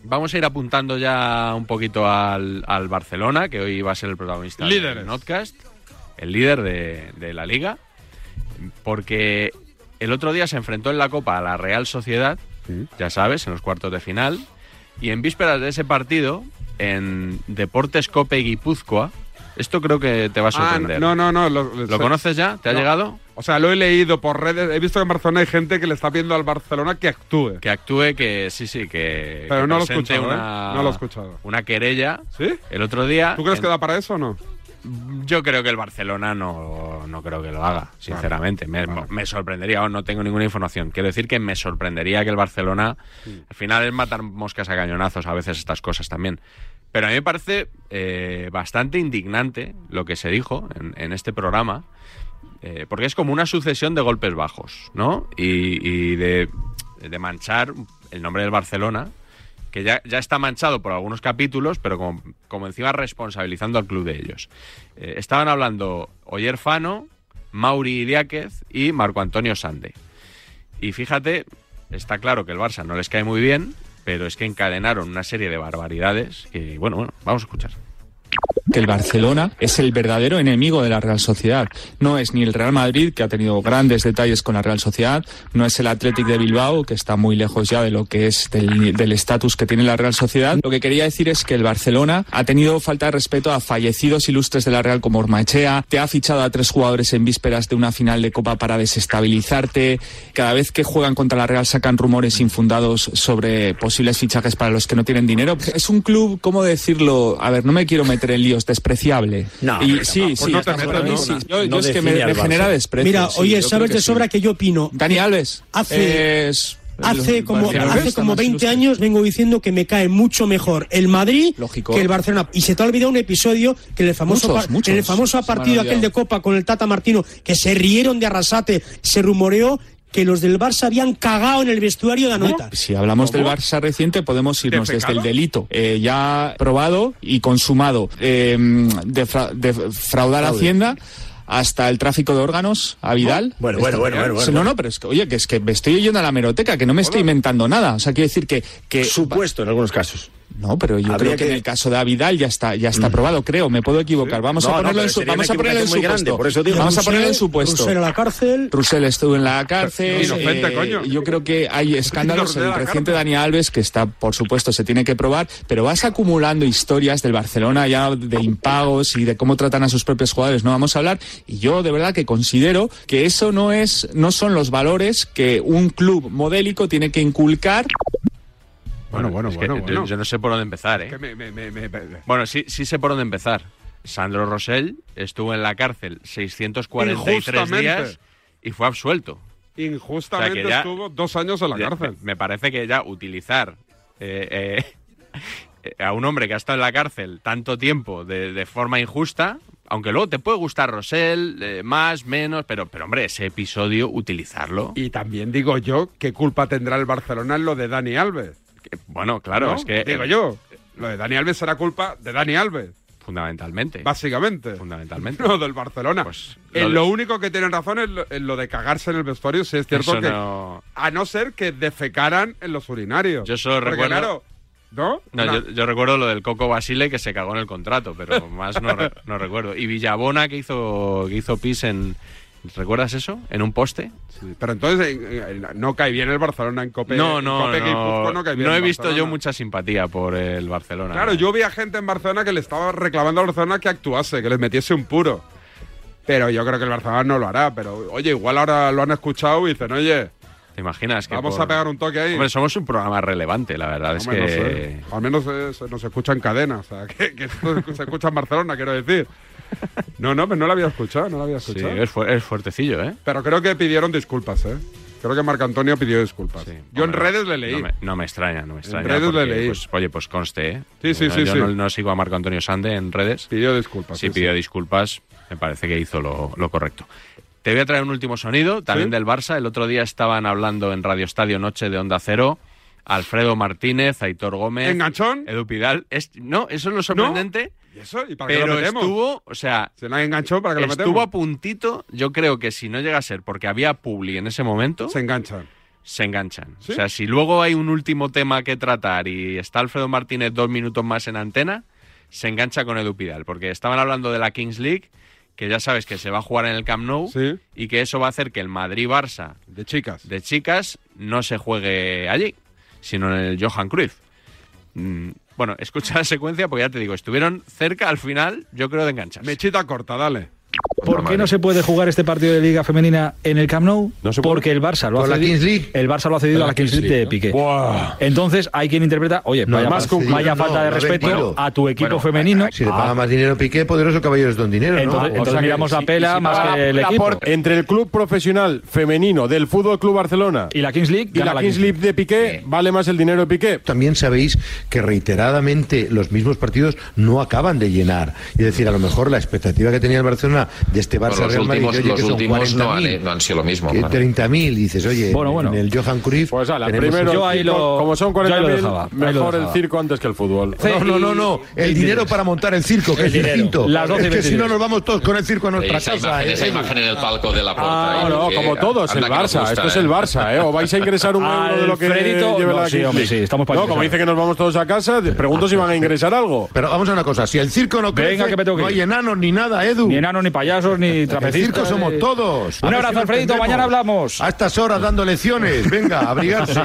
[SPEAKER 2] vamos a ir apuntando ya un poquito al, al Barcelona, que hoy va a ser el protagonista
[SPEAKER 1] Líderes.
[SPEAKER 2] del Notcast, el líder de, de la liga, porque el otro día se enfrentó en la Copa a la Real Sociedad, ya sabes, en los cuartos de final, y en vísperas de ese partido, en Deportes Cope Guipúzcoa, esto creo que te va a sorprender.
[SPEAKER 1] Ah, no, no, no. ¿Lo,
[SPEAKER 2] ¿Lo conoces ya? ¿Te ha
[SPEAKER 1] No.
[SPEAKER 2] llegado?
[SPEAKER 1] O sea, lo he leído por redes. He visto que en Barcelona hay gente que le está pidiendo al Barcelona que actúe.
[SPEAKER 2] Que actúe, que sí, sí, Eh, que.
[SPEAKER 1] Pero
[SPEAKER 2] que
[SPEAKER 1] no lo he
[SPEAKER 2] presente
[SPEAKER 1] escuchado, ¿eh?
[SPEAKER 2] Una,
[SPEAKER 1] No lo he escuchado.
[SPEAKER 2] Una querella.
[SPEAKER 1] ¿Sí?
[SPEAKER 2] El otro día.
[SPEAKER 1] ¿Tú crees
[SPEAKER 2] en-
[SPEAKER 1] que da para eso o no?
[SPEAKER 2] Yo creo que el Barcelona no, no creo que lo haga, sinceramente. Me, me sorprendería, o no tengo ninguna información. Quiero decir que me sorprendería que el Barcelona. Al final es matar moscas a cañonazos a veces estas cosas también. Pero a mí me parece eh, bastante indignante lo que se dijo en, en este programa, eh, porque es como una sucesión de golpes bajos, ¿no? Y, y de, de manchar el nombre del Barcelona, que ya, ya está manchado por algunos capítulos, pero como, como encima responsabilizando al club de ellos. Eh, estaban hablando Oyer Fano, Mauri Iriáquez y Marco Antonio Sande. Y fíjate, está claro que el Barça no les cae muy bien, pero es que encadenaron una serie de barbaridades que, bueno, bueno, vamos a escuchar.
[SPEAKER 11] que el Barcelona es el verdadero enemigo de la Real Sociedad. No es ni el Real Madrid, que ha tenido grandes detalles con la Real Sociedad, no es el Athletic de Bilbao, que está muy lejos ya de lo que es del del estatus que tiene la Real Sociedad. Lo que quería decir es que el Barcelona ha tenido falta de respeto a fallecidos ilustres de la Real como Ormaechea, te ha fichado a tres jugadores en vísperas de una final de Copa para desestabilizarte, cada vez que juegan contra la Real sacan rumores infundados sobre posibles fichajes para los que no tienen dinero. Es un club, ¿cómo decirlo? A ver, no me quiero meter en líos, despreciable.
[SPEAKER 9] No,
[SPEAKER 11] y
[SPEAKER 9] hombre,
[SPEAKER 11] sí,
[SPEAKER 9] no,
[SPEAKER 11] sí,
[SPEAKER 9] pues no te
[SPEAKER 11] hasta
[SPEAKER 9] metas,
[SPEAKER 11] para mí
[SPEAKER 9] no,
[SPEAKER 11] sí.
[SPEAKER 9] no,
[SPEAKER 11] Yo, yo
[SPEAKER 9] no
[SPEAKER 11] es que me,
[SPEAKER 9] define al
[SPEAKER 11] me
[SPEAKER 9] Barça.
[SPEAKER 11] genera desprecio.
[SPEAKER 9] Mira,
[SPEAKER 11] sí,
[SPEAKER 9] oye,
[SPEAKER 11] yo
[SPEAKER 9] sabes
[SPEAKER 11] creo
[SPEAKER 9] de
[SPEAKER 11] que
[SPEAKER 9] sobra
[SPEAKER 11] sí.
[SPEAKER 9] que yo opino.
[SPEAKER 11] Dani Alves.
[SPEAKER 9] Hace-
[SPEAKER 11] es-
[SPEAKER 9] Hace como,
[SPEAKER 11] Barcelona
[SPEAKER 9] hace
[SPEAKER 11] está
[SPEAKER 9] como
[SPEAKER 11] más
[SPEAKER 9] 20
[SPEAKER 11] ilustre.
[SPEAKER 9] años vengo diciendo que me cae mucho mejor el Madrid que el Barcelona. Y se te ha olvidado un episodio que en el famoso,
[SPEAKER 11] Muchos,
[SPEAKER 9] par-
[SPEAKER 11] muchos.
[SPEAKER 9] en el famoso
[SPEAKER 11] Se me han
[SPEAKER 9] partido aquel
[SPEAKER 11] olvidado.
[SPEAKER 9] de Copa con el Tata Martino, que se rieron de Arrasate, se rumoreó que los del Barça habían cagado en el vestuario de Anoeta.
[SPEAKER 11] Si hablamos
[SPEAKER 9] ¿Cómo?
[SPEAKER 11] del Barça reciente, podemos irnos desde
[SPEAKER 9] ¿Defecado?
[SPEAKER 11] el delito eh, ya probado y consumado, eh, defra- defraudar
[SPEAKER 14] Fraude. Oh,
[SPEAKER 11] Hacienda hasta el tráfico de órganos a Vidal.
[SPEAKER 14] Bueno, bueno,
[SPEAKER 11] Esta
[SPEAKER 14] bueno,
[SPEAKER 11] mañana.
[SPEAKER 14] bueno, bueno,
[SPEAKER 11] No, no, pero es que, oye, que es que me estoy yendo a la meroteca, que no me estoy inventando nada. O sea, quiero decir que... que
[SPEAKER 14] Supuesto en algunos casos.
[SPEAKER 11] No, pero yo
[SPEAKER 14] Habría
[SPEAKER 11] creo que,
[SPEAKER 14] que- Mm.
[SPEAKER 11] en el caso de Avidal ya está, ya está probado, creo. Me puedo equivocar. Vamos
[SPEAKER 14] No,
[SPEAKER 11] a
[SPEAKER 14] no,
[SPEAKER 11] ponerlo
[SPEAKER 14] pero
[SPEAKER 11] en su,
[SPEAKER 14] sería
[SPEAKER 11] vamos
[SPEAKER 14] una
[SPEAKER 11] a ponerlo en
[SPEAKER 14] equivocación
[SPEAKER 11] su
[SPEAKER 14] muy
[SPEAKER 11] puesto.
[SPEAKER 14] grande, por eso digo.
[SPEAKER 11] vamos a ponerlo en su
[SPEAKER 9] Rusell-
[SPEAKER 11] puesto.
[SPEAKER 9] Rusell a la cárcel.
[SPEAKER 11] Rusell estuvo en la cárcel. eh,
[SPEAKER 9] Pero inocente, coño.
[SPEAKER 11] Yo creo que hay escándalos.
[SPEAKER 9] Rusell a
[SPEAKER 11] El
[SPEAKER 9] la
[SPEAKER 11] reciente Dani Alves, que está, por supuesto, se tiene que probar, pero vas acumulando historias del Barcelona ya de impagos y de cómo tratan a sus propios jugadores. No vamos a hablar. Y yo de verdad que considero que eso no es, no son los valores que un club modélico tiene que inculcar.
[SPEAKER 1] Bueno, bueno,
[SPEAKER 2] Es que
[SPEAKER 1] bueno.
[SPEAKER 2] yo-
[SPEAKER 1] bueno.
[SPEAKER 2] Yo, no sé por dónde empezar, ¿eh?
[SPEAKER 1] Que me- me- me- me- me-
[SPEAKER 2] Bueno, sí, sí sé por dónde empezar. Sandro Rosell estuvo en la cárcel 643
[SPEAKER 1] Injustamente.
[SPEAKER 2] días y fue absuelto.
[SPEAKER 1] Injustamente
[SPEAKER 2] ya-
[SPEAKER 1] estuvo dos años en la
[SPEAKER 2] Ya,
[SPEAKER 1] cárcel.
[SPEAKER 2] Me parece que ya utilizar eh, *laughs* eh, a un hombre que ha estado en la cárcel tanto tiempo de, de forma injusta, aunque luego te puede gustar Rosell, eh, más, menos, pero, pero hombre, ese episodio, utilizarlo.
[SPEAKER 1] Y también digo yo, ¿qué culpa tendrá el Barcelona en lo de Dani Alves?
[SPEAKER 2] Bueno, claro,
[SPEAKER 1] ¿No?
[SPEAKER 2] es que.
[SPEAKER 1] Digo
[SPEAKER 2] eh,
[SPEAKER 1] yo, lo de Dani Alves será culpa de Dani Alves.
[SPEAKER 2] Fundamentalmente.
[SPEAKER 1] Básicamente. *laughs*
[SPEAKER 2] Fundamentalmente. Pues
[SPEAKER 1] No, del Barcelona.
[SPEAKER 2] lo
[SPEAKER 1] En
[SPEAKER 2] de-
[SPEAKER 1] lo único que tienen razón es lo, en lo de cagarse en el vestuario, si es cierto
[SPEAKER 2] Eso
[SPEAKER 1] que.
[SPEAKER 2] no-
[SPEAKER 1] A no ser que defecaran en los urinarios. Yo
[SPEAKER 2] solo recuerdo-
[SPEAKER 1] Claro, ¿No?
[SPEAKER 2] No,
[SPEAKER 1] Una-
[SPEAKER 2] yo, yo recuerdo lo del Coco Basile que se cagó en el contrato,
[SPEAKER 1] *laughs*
[SPEAKER 2] pero más no, re- no recuerdo. Y Villabona que hizo, que hizo pis en. ¿Recuerdas eso? ¿En un poste?
[SPEAKER 1] Pero entonces eh, eh, no cae bien el Barcelona en Cope.
[SPEAKER 2] no,
[SPEAKER 1] en
[SPEAKER 2] no,
[SPEAKER 1] Cope
[SPEAKER 2] no.
[SPEAKER 1] Guipúzcoa no cae bien
[SPEAKER 2] No he
[SPEAKER 1] el
[SPEAKER 2] visto yo
[SPEAKER 1] Barcelona.
[SPEAKER 2] mucha simpatía por el Barcelona.
[SPEAKER 1] Claro, yo vi a gente en Barcelona que le estaba reclamando al Barcelona que actuase, que les metiese un puro. Pero yo creo que el Barcelona no lo hará. Pero oye, igual ahora lo han escuchado y dicen, oye,
[SPEAKER 2] ¿Te imaginas que
[SPEAKER 1] vamos
[SPEAKER 2] por-
[SPEAKER 1] a pegar un toque ahí.
[SPEAKER 2] Hombre, somos un programa relevante, la verdad es
[SPEAKER 1] Hombre, no
[SPEAKER 2] que.
[SPEAKER 1] sé. Al menos eh, se- nos escucha en cadena, o sea, *laughs* que, que esto se escucha en Barcelona, quiero decir. No, no, pero no lo había escuchado, no lo había
[SPEAKER 2] Sí,
[SPEAKER 1] escuchado.
[SPEAKER 2] es, fu- es fuertecillo, ¿eh?
[SPEAKER 1] Pero creo que pidieron disculpas, ¿eh? Creo que Marco Antonio pidió disculpas. Yo en redes le leí.
[SPEAKER 2] No me, no me extraña, no me extraña.
[SPEAKER 1] redes le
[SPEAKER 2] porque,
[SPEAKER 1] leí.
[SPEAKER 2] pues, oye, pues conste, ¿eh?
[SPEAKER 1] Sí, sí,
[SPEAKER 2] No,
[SPEAKER 1] sí,
[SPEAKER 2] Yo
[SPEAKER 1] sí.
[SPEAKER 2] No, no sigo a Marco Antonio Sande en redes.
[SPEAKER 1] Pidió disculpas.
[SPEAKER 2] Sí,
[SPEAKER 1] sí,
[SPEAKER 2] pidió
[SPEAKER 1] sí.
[SPEAKER 2] disculpas. Me parece que hizo lo, lo correcto. Te voy a traer un último sonido, también del Barça. El otro día estaban hablando en Radio Estadio Noche de Onda Cero. Alfredo Martínez, Aitor Gómez.
[SPEAKER 1] ¿Enganchón?
[SPEAKER 2] Edu Pidal. Es- no, eso es lo sorprendente.
[SPEAKER 1] ¿Y eso? ¿Y para qué lo
[SPEAKER 2] Pero
[SPEAKER 1] metemos?
[SPEAKER 2] estuvo, o sea.
[SPEAKER 1] Se la enganchó para que lo
[SPEAKER 2] Estuvo
[SPEAKER 1] metemos.
[SPEAKER 2] a puntito. Yo creo que si no llega a ser porque había Publi en ese momento. Se
[SPEAKER 1] enganchan.
[SPEAKER 2] Se enganchan. O sea, si luego hay un último tema que tratar y está Alfredo Martínez dos minutos más en antena, se engancha con Edu Pidal. Porque estaban hablando de la Kings League, que ya sabes que se va a jugar en el Camp Nou y que eso va a hacer que el Madrid-Barça.
[SPEAKER 1] De chicas.
[SPEAKER 2] De chicas no se juegue allí, sino en el Johan Cruyff. Mm, Bueno, escucha la secuencia porque ya te digo, estuvieron cerca al final, yo creo, de engancharse.
[SPEAKER 1] Mechita corta, dale.
[SPEAKER 14] ¿Por qué no se puede jugar este partido de Liga Femenina en el Camp Nou? Porque el Barça lo ha
[SPEAKER 15] Por la
[SPEAKER 14] cedido.
[SPEAKER 15] Kings League.
[SPEAKER 14] El Barça lo ha cedido
[SPEAKER 15] Por
[SPEAKER 14] a la Kings League de Piqué. Entonces hay quien interpreta, oye,
[SPEAKER 15] No,
[SPEAKER 14] vaya,
[SPEAKER 15] además,
[SPEAKER 14] fa-
[SPEAKER 15] concluido,
[SPEAKER 14] vaya
[SPEAKER 15] no,
[SPEAKER 14] falta de
[SPEAKER 15] no,
[SPEAKER 14] respeto
[SPEAKER 15] tranquilo.
[SPEAKER 14] a tu equipo
[SPEAKER 15] Bueno,
[SPEAKER 14] femenino.
[SPEAKER 15] Si le paga
[SPEAKER 14] Ah,
[SPEAKER 15] más dinero Piqué, poderoso caballero es don dinero, ¿no?
[SPEAKER 14] Entonces- entonces miramos la pela más
[SPEAKER 15] paga
[SPEAKER 14] que el
[SPEAKER 15] la
[SPEAKER 14] equipo.
[SPEAKER 15] por-
[SPEAKER 16] Entre el club profesional femenino del Fútbol Club Barcelona
[SPEAKER 14] y la Kings League,
[SPEAKER 16] y la Kings League de Piqué, vale más el dinero de Piqué.
[SPEAKER 15] También sabéis que reiteradamente los mismos partidos no acaban de llenar. Es decir, a lo mejor la expectativa que tenía el Barcelona de este
[SPEAKER 17] Bueno,
[SPEAKER 15] Barça
[SPEAKER 17] los
[SPEAKER 15] Real Madrid,
[SPEAKER 17] últimos,
[SPEAKER 15] oye,
[SPEAKER 17] los
[SPEAKER 15] que son
[SPEAKER 17] últimos no, han,
[SPEAKER 15] 40.000,
[SPEAKER 17] eh, no han sido lo mismo.
[SPEAKER 15] que
[SPEAKER 17] claro.
[SPEAKER 15] 30.000, dices, oye, en el Johan Cruyff.
[SPEAKER 16] Pues ala,
[SPEAKER 15] tenemos-
[SPEAKER 16] primero,
[SPEAKER 15] Yo ahí lo-
[SPEAKER 16] como
[SPEAKER 15] yo
[SPEAKER 16] son
[SPEAKER 15] ahí lo
[SPEAKER 16] 40.000,
[SPEAKER 15] dejaba, ahí lo
[SPEAKER 16] mejor el
[SPEAKER 15] dejaba.
[SPEAKER 16] circo antes que el fútbol.
[SPEAKER 15] No, no, no, no. El dinero para montar el circo, que
[SPEAKER 16] El
[SPEAKER 15] es
[SPEAKER 16] dinero.
[SPEAKER 15] distinto.
[SPEAKER 16] Las 12 y
[SPEAKER 15] Es que si
[SPEAKER 16] 22.
[SPEAKER 15] no nos vamos todos con el circo a nuestra
[SPEAKER 17] Esa
[SPEAKER 15] casa.
[SPEAKER 17] imagen,
[SPEAKER 15] ¿eh?
[SPEAKER 17] esa imagen en el palco de la puerta.
[SPEAKER 16] Ah, no, como todos, el Barça. Esto es el Barça, ¿eh? O vais a ingresar
[SPEAKER 17] *laughs*
[SPEAKER 16] un euro de lo que
[SPEAKER 15] Alfredito-
[SPEAKER 16] lleve la
[SPEAKER 15] No, sí,
[SPEAKER 16] Kings
[SPEAKER 15] hombre,
[SPEAKER 16] League.
[SPEAKER 15] sí, estamos para
[SPEAKER 16] Eh, No, como
[SPEAKER 15] ingresar.
[SPEAKER 16] dice que nos vamos todos a casa, te pregunto si van a ingresar algo.
[SPEAKER 15] Pero vamos a una cosa, si el circo no crece,
[SPEAKER 16] Venga, que me tengo que
[SPEAKER 15] no
[SPEAKER 16] ir.
[SPEAKER 15] hay enanos ni nada, Edu.
[SPEAKER 14] Ni enanos, ni payasos, ni trapecistas.
[SPEAKER 15] El circo somos
[SPEAKER 14] ni-
[SPEAKER 15] todos.
[SPEAKER 14] Un
[SPEAKER 15] A ver
[SPEAKER 14] abrazo,
[SPEAKER 15] si lo
[SPEAKER 14] Alfredito,
[SPEAKER 15] entendemos.
[SPEAKER 14] mañana hablamos.
[SPEAKER 15] A estas horas dando lecciones.
[SPEAKER 7] *laughs*
[SPEAKER 15] Venga, a *laughs* abrigarse.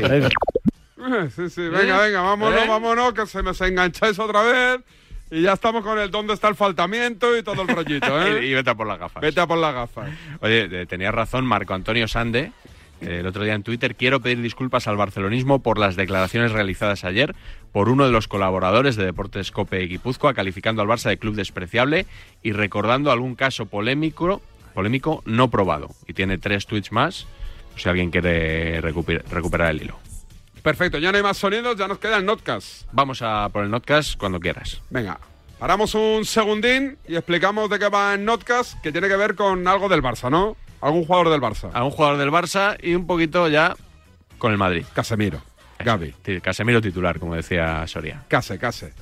[SPEAKER 1] Eh, Sí, sí, venga,
[SPEAKER 15] ¿Eh?
[SPEAKER 1] venga, vámonos,
[SPEAKER 15] ¿Eh?
[SPEAKER 1] vámonos, que se me se engancháis otra vez. Y ya estamos con el dónde está el faltamiento y todo el rollito, ¿eh?
[SPEAKER 2] *laughs* *laughs* y vete a por las gafas.
[SPEAKER 1] Vete a por las gafas.
[SPEAKER 2] Oye, de- tenías razón Marco Antonio Sande. eh, El otro día en Twitter quiero pedir disculpas al barcelonismo por las declaraciones realizadas ayer por uno de los colaboradores de Deportes Cope Guipúzcoa, calificando al Barça de club despreciable y recordando algún caso polémico, polémico no probado. Y tiene tres tweets más, por si alguien quiere recuper- recuperar el hilo.
[SPEAKER 1] Perfecto, ya no hay más sonidos, ya nos queda el notcast.
[SPEAKER 2] Vamos a por el notcast cuando quieras.
[SPEAKER 1] Venga, paramos un segundín y explicamos de qué va el notcast, que tiene que ver con algo del Barça, ¿no? Algún jugador del Barça.
[SPEAKER 2] A un jugador del Barça y un poquito ya con el Madrid.
[SPEAKER 1] Casemiro. Gaby.
[SPEAKER 2] Casemiro titular, como decía Soria.
[SPEAKER 1] Case, case.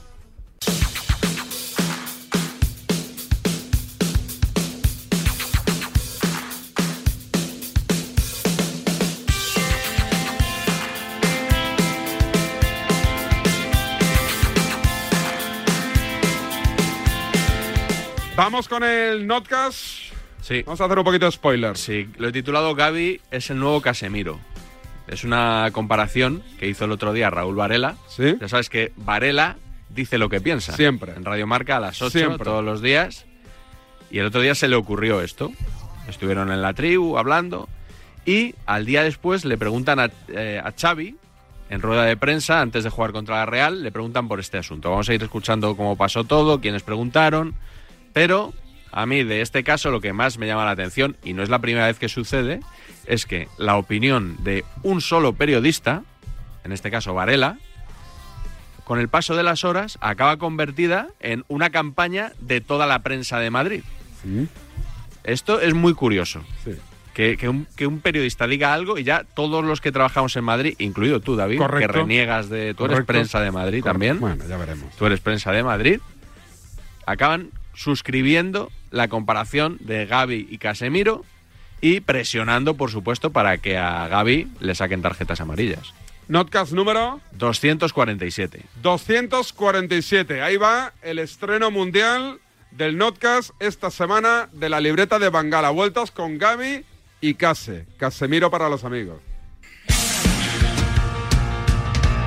[SPEAKER 1] Vamos con el notcast.
[SPEAKER 2] Sí.
[SPEAKER 1] Vamos a hacer un poquito de spoiler.
[SPEAKER 2] Sí, lo he titulado Gaby es el nuevo Casemiro. Es una comparación que hizo el otro día Raúl Varela.
[SPEAKER 1] Sí.
[SPEAKER 2] Ya sabes que Varela dice lo que piensa.
[SPEAKER 1] Siempre.
[SPEAKER 2] En Radio Marca a las 8
[SPEAKER 1] Siempre.
[SPEAKER 2] todos los días. Y el otro día se le ocurrió esto. Estuvieron en la tribu hablando. Y al día después le preguntan a, eh, a Xavi, en rueda de prensa, antes de jugar contra la Real, le preguntan por este asunto. Vamos a ir escuchando cómo pasó todo, quiénes preguntaron. Pero a mí de este caso lo que más me llama la atención, y no es la primera vez que sucede, es que la opinión de un solo periodista, en este caso Varela, con el paso de las horas acaba convertida en una campaña de toda la prensa de Madrid.
[SPEAKER 1] Mm.
[SPEAKER 2] Esto es muy curioso. Que, que un, que un periodista diga algo y ya todos los que trabajamos en Madrid, incluido tú, David,
[SPEAKER 1] Correcto.
[SPEAKER 2] que reniegas de... Eh, Tú eres
[SPEAKER 1] Correcto.
[SPEAKER 2] prensa de Madrid también
[SPEAKER 1] Bueno, ya veremos.
[SPEAKER 2] tú eres prensa de Madrid, acaban suscribiendo la comparación de Gaby y Casemiro y presionando, por supuesto, para que a Gaby le saquen tarjetas amarillas.
[SPEAKER 1] Notcast número
[SPEAKER 2] 247.
[SPEAKER 1] 247. Ahí va el estreno mundial del Notcast esta semana de la libreta de Bangala. Vueltas con Gaby y Case. Casemiro para los amigos.